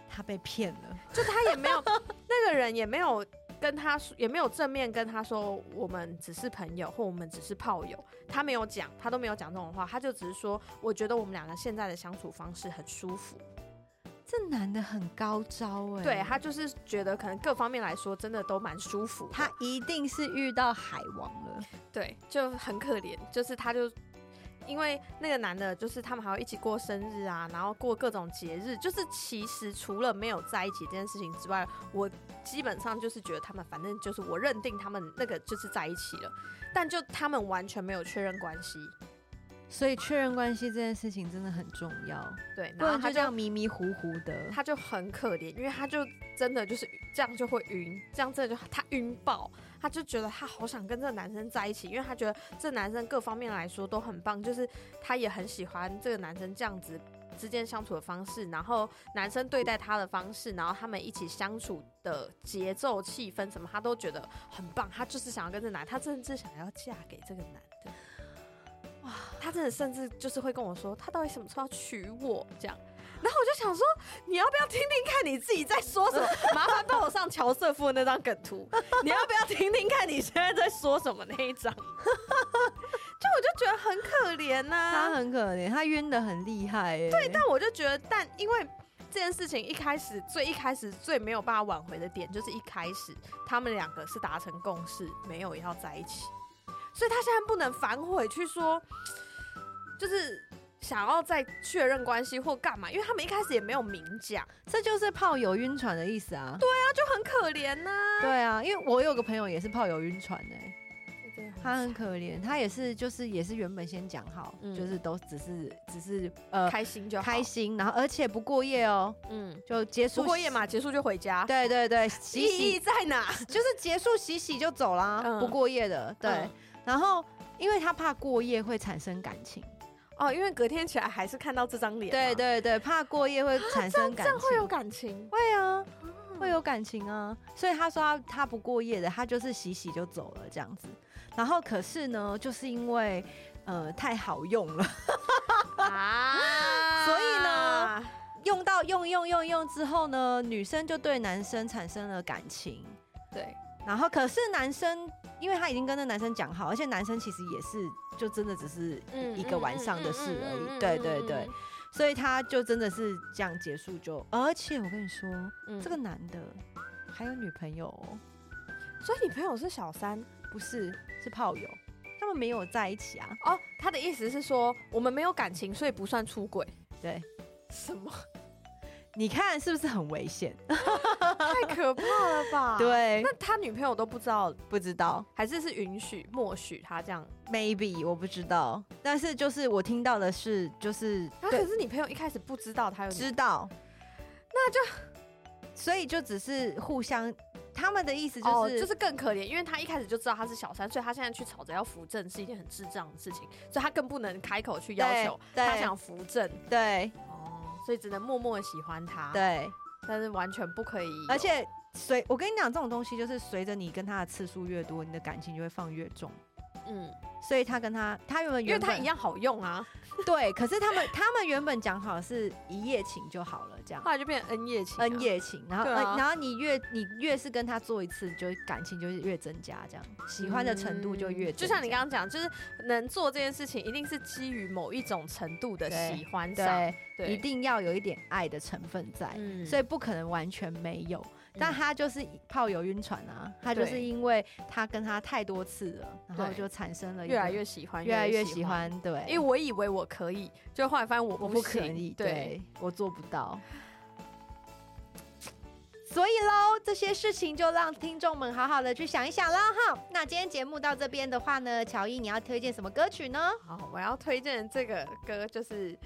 Speaker 2: 他被骗了，”
Speaker 3: 就他也没有， 那个人也没有跟他说，也没有正面跟他说我们只是朋友或我们只是炮友，他没有讲，他都没有讲这种话，他就只是说：“我觉得我们两个现在的相处方式很舒服。”
Speaker 2: 这男的很高招哎、
Speaker 3: 对他就是觉得可能各方面来说真的都蛮舒服的，
Speaker 2: 他一定是遇到海王了，
Speaker 3: 对就很可怜，就是他就因为那个男的，就是他们还要一起过生日啊，然后过各种节日，就是其实除了没有在一起这件事情之外，我基本上就是觉得他们反正就是我认定他们那个就是在一起了，但就他们完全没有确认关系，
Speaker 2: 所以确认关系这件事情真的很重要，
Speaker 3: 对，
Speaker 2: 不
Speaker 3: 然后
Speaker 2: 然
Speaker 3: 他
Speaker 2: 就这
Speaker 3: 就
Speaker 2: 样迷迷糊糊的。
Speaker 3: 他就很可怜，因为他就真的就是这样就会晕，这样真的就他晕爆，他就觉得他好想跟这个男生在一起，因为他觉得这男生各方面来说都很棒，就是他也很喜欢这个男生这样子之间相处的方式，然后男生对待他的方式，然后他们一起相处的节奏、气氛什么，他都觉得很棒，他就是想要跟这男，他甚至想要嫁给这个男的。哇，他真的甚至就是会跟我说，他到底什么时候要娶我这样，然后我就想说，你要不要听听看你自己在说什 么？麻烦帮我上乔瑟夫的那张梗图，你要不要听听看你现在在说什么那一张？就我就觉得很可怜啊呐、
Speaker 2: 他很可怜，他晕的很厉害、欸。啊对，
Speaker 3: 但我就觉得，但因为这件事情一开始最一开始最没有办法挽回的点，就是一开始他们两个是达成共识，没有要在一起，所以他现在不能反悔去说，就是想要再确认关系或干嘛，因为他们一开始也没有明讲，
Speaker 2: 这就是炮友晕船的意思啊。对
Speaker 3: 那就很可怜呐、
Speaker 2: 对啊，因为我有个朋友也是炮友晕船哎、
Speaker 3: 真的
Speaker 2: 他很可怜，他也是就是也是原本先讲好，
Speaker 3: 嗯
Speaker 2: 就是都只是只是呃
Speaker 3: 开心就好
Speaker 2: 开，心，然后而且不过夜哦，
Speaker 3: 嗯，
Speaker 2: 就结束
Speaker 3: 不过夜。嘛，结束就回家，
Speaker 2: 对对 对，
Speaker 3: 意
Speaker 2: 洗洗
Speaker 3: 义在哪？
Speaker 2: 就是结束洗洗就走啦，
Speaker 3: 嗯
Speaker 2: 不过夜的。对，
Speaker 3: 嗯
Speaker 2: 然后因为他怕过夜会产生感情，
Speaker 3: 哦，因为隔天起来还是看到这张脸嘛，
Speaker 2: 对啊对对，怕过夜会产生感
Speaker 3: 这样
Speaker 2: 情，
Speaker 3: 会有感情，
Speaker 2: 会啊，会有感情啊。所以他说他他不过夜的，他就是洗洗就走了这样子。然后可是呢，就是因为呃太好用了，
Speaker 3: 啊
Speaker 2: 所以呢，用到用用用用之后呢，女生就对男生产生了感情。
Speaker 3: 对，
Speaker 2: 然后可是男生，因为他已经跟那男生讲好，而且男生其实也是就真的只是
Speaker 3: 嗯
Speaker 2: 一个晚上的事而已。对对对，，所以他就真的是这样结束就。而且我跟你说，
Speaker 3: 嗯
Speaker 2: 这个，男的还有女朋友、哦，
Speaker 3: 所以你朋友是小三
Speaker 2: 不是是炮友，他们没有在一起啊。
Speaker 3: 哦，他的意思是说我们没有感情，所以不算出轨，
Speaker 2: 对，
Speaker 3: 什么？
Speaker 2: 你看是不是很危险？
Speaker 3: 太可怕了 吧？，
Speaker 2: 对，
Speaker 3: 啊那他女朋友都不知道，
Speaker 2: 不知道
Speaker 3: 还是是允许默许他这样？
Speaker 2: ，maybe 我不知道，但是就是我听到的是，就是
Speaker 3: 啊，可是你朋友一开始不知道他有女
Speaker 2: 知道，那就所以就只是互相，他们的意思就
Speaker 3: 哦，
Speaker 2: 是、
Speaker 3: 就是更可怜，因为他一开始就知道他是小三，所以他现在去吵着要扶正是一件很智障的事情，所以他更不能开口去要求
Speaker 2: 对对
Speaker 3: 他想扶正，
Speaker 2: 对
Speaker 3: 哦，所以只能默默的喜欢他，，
Speaker 2: 对，
Speaker 3: 但是完全不可以有，
Speaker 2: 而且随我跟你讲，这种东西就是随着你跟他的次数越多，你的感情就会放越重。
Speaker 3: 嗯，
Speaker 2: 所以他跟他，他原本
Speaker 3: 因为
Speaker 2: 原本
Speaker 3: 他一样好用啊，
Speaker 2: 对，可是他们他们原本讲好是一夜情就好了，这样
Speaker 3: 后来就变成恩夜情、
Speaker 2: 恩，夜情，然后、
Speaker 3: 啊对啊
Speaker 2: 呃然后你越你越是跟他做一次，就感情就是越增加，这样喜欢的程度就越
Speaker 3: 嗯就
Speaker 2: 增加、
Speaker 3: 像你刚刚讲，就是能做这件事情，一定是基于某一种程度的
Speaker 2: 对
Speaker 3: 喜欢上，
Speaker 2: 对，
Speaker 3: 对，
Speaker 2: 一，定要有一点爱的成分在。
Speaker 3: 嗯
Speaker 2: 所
Speaker 3: 以
Speaker 2: 以不可能完全没有。但
Speaker 3: 嗯
Speaker 2: 他就是炮友晕船啊，他就
Speaker 3: 对
Speaker 2: 是因为他跟他太多次了，然后
Speaker 3: 对
Speaker 2: 就产生了一
Speaker 3: 越来
Speaker 2: 个
Speaker 3: 越喜欢，
Speaker 2: 越来越喜
Speaker 3: 喜。
Speaker 2: 欢，对，
Speaker 3: 因为我以为我可以，就后来发现我
Speaker 2: 我
Speaker 3: 不
Speaker 2: 不可
Speaker 3: 行
Speaker 2: 以，
Speaker 3: 对，
Speaker 2: 对我做不到。所以喽，这些事情就让听众们好好的去想一想啦哈。那今天节目到这边的话呢，乔伊你要推荐什么歌曲呢？
Speaker 3: 好，我要推荐这个歌就是。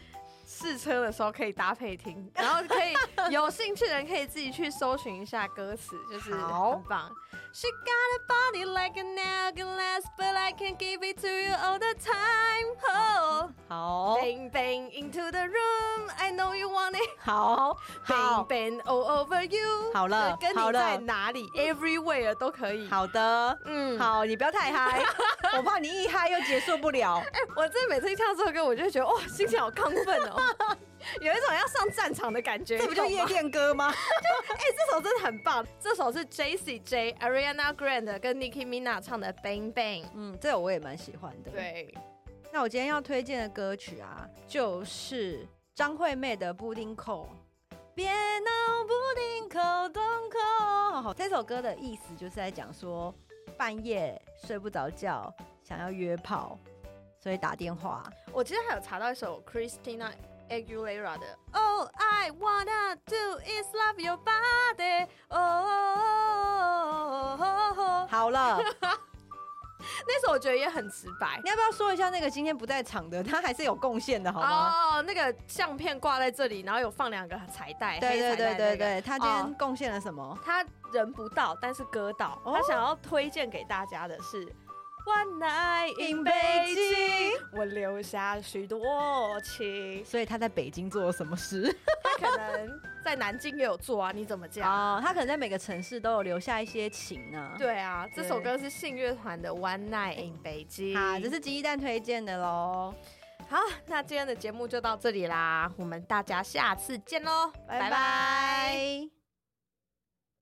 Speaker 3: 试车的时候可以搭配听，然后可以有兴趣的人可以自己去搜寻一下歌词，就是
Speaker 2: 好
Speaker 3: 很棒。She got a body like an hourglass, but I can give it to you all the time. Oh,
Speaker 2: 好
Speaker 3: bang bang into the room, I know you want it.
Speaker 2: 好
Speaker 3: Bang bang all over you.
Speaker 2: 好了
Speaker 3: 跟
Speaker 2: 好
Speaker 3: 你
Speaker 2: 了
Speaker 3: 在哪里，everywhere 都可以。，
Speaker 2: 好的，
Speaker 3: 嗯，
Speaker 2: 好，你不要太 嗨，我怕你一嗨又结束不了。
Speaker 3: 我真的每次一唱这首歌，我就觉得哇，心情好亢奋 哦，有一种要上战场的感觉。
Speaker 2: 这不就
Speaker 3: 你
Speaker 2: 夜
Speaker 3: 懂吗
Speaker 2: 店歌吗？
Speaker 3: 哎、这首 真的很棒。这首是 J C J Ariana Grande 跟 Nicki Minaj 唱的《Bang Bang》。
Speaker 2: 嗯，这我也蛮喜欢的。，
Speaker 3: 对，
Speaker 2: 那我今天要推荐的歌曲啊，就是张惠妹的《布丁扣》。别闹布丁扣洞扣，这首歌的意思就是在讲说，半夜睡不着觉，想要约炮，所以打电话。
Speaker 3: 我其实还有查到一首 Christina Aguilera 的《All I Wanna Do Is Love Your Body》。哦，
Speaker 2: 好了，
Speaker 3: 那首我觉得也很直白。
Speaker 2: 你要不要说一下那个今天不在场的，他还是有贡献的，好吗？
Speaker 3: 哦，那个相片挂在这里，然后有放两个彩带，
Speaker 2: 对对
Speaker 3: 黑彩
Speaker 2: 对
Speaker 3: 带
Speaker 2: 对
Speaker 3: 那个
Speaker 2: 对，他
Speaker 3: 哦
Speaker 2: 今天贡献了什么？
Speaker 3: 他人不到，但是歌到。
Speaker 2: 哦
Speaker 3: 他想要推荐给大家的是《One Night in
Speaker 2: In
Speaker 3: Beijing》，我 留下许多 情。
Speaker 2: 所以他在北京做了什么 事？
Speaker 3: 他可能在南京也有做啊，你怎么讲？
Speaker 2: 哦，他可能在每个城市都有留下一些情啊。，
Speaker 3: 对啊，这
Speaker 2: 对
Speaker 3: 首歌是信乐团的《One Night in Beijing》。
Speaker 2: 啊，这是鸡蛋推荐的喽，
Speaker 3: 好，那今天的节目就到这里啦，我们大家下次见喽，拜
Speaker 2: 拜拜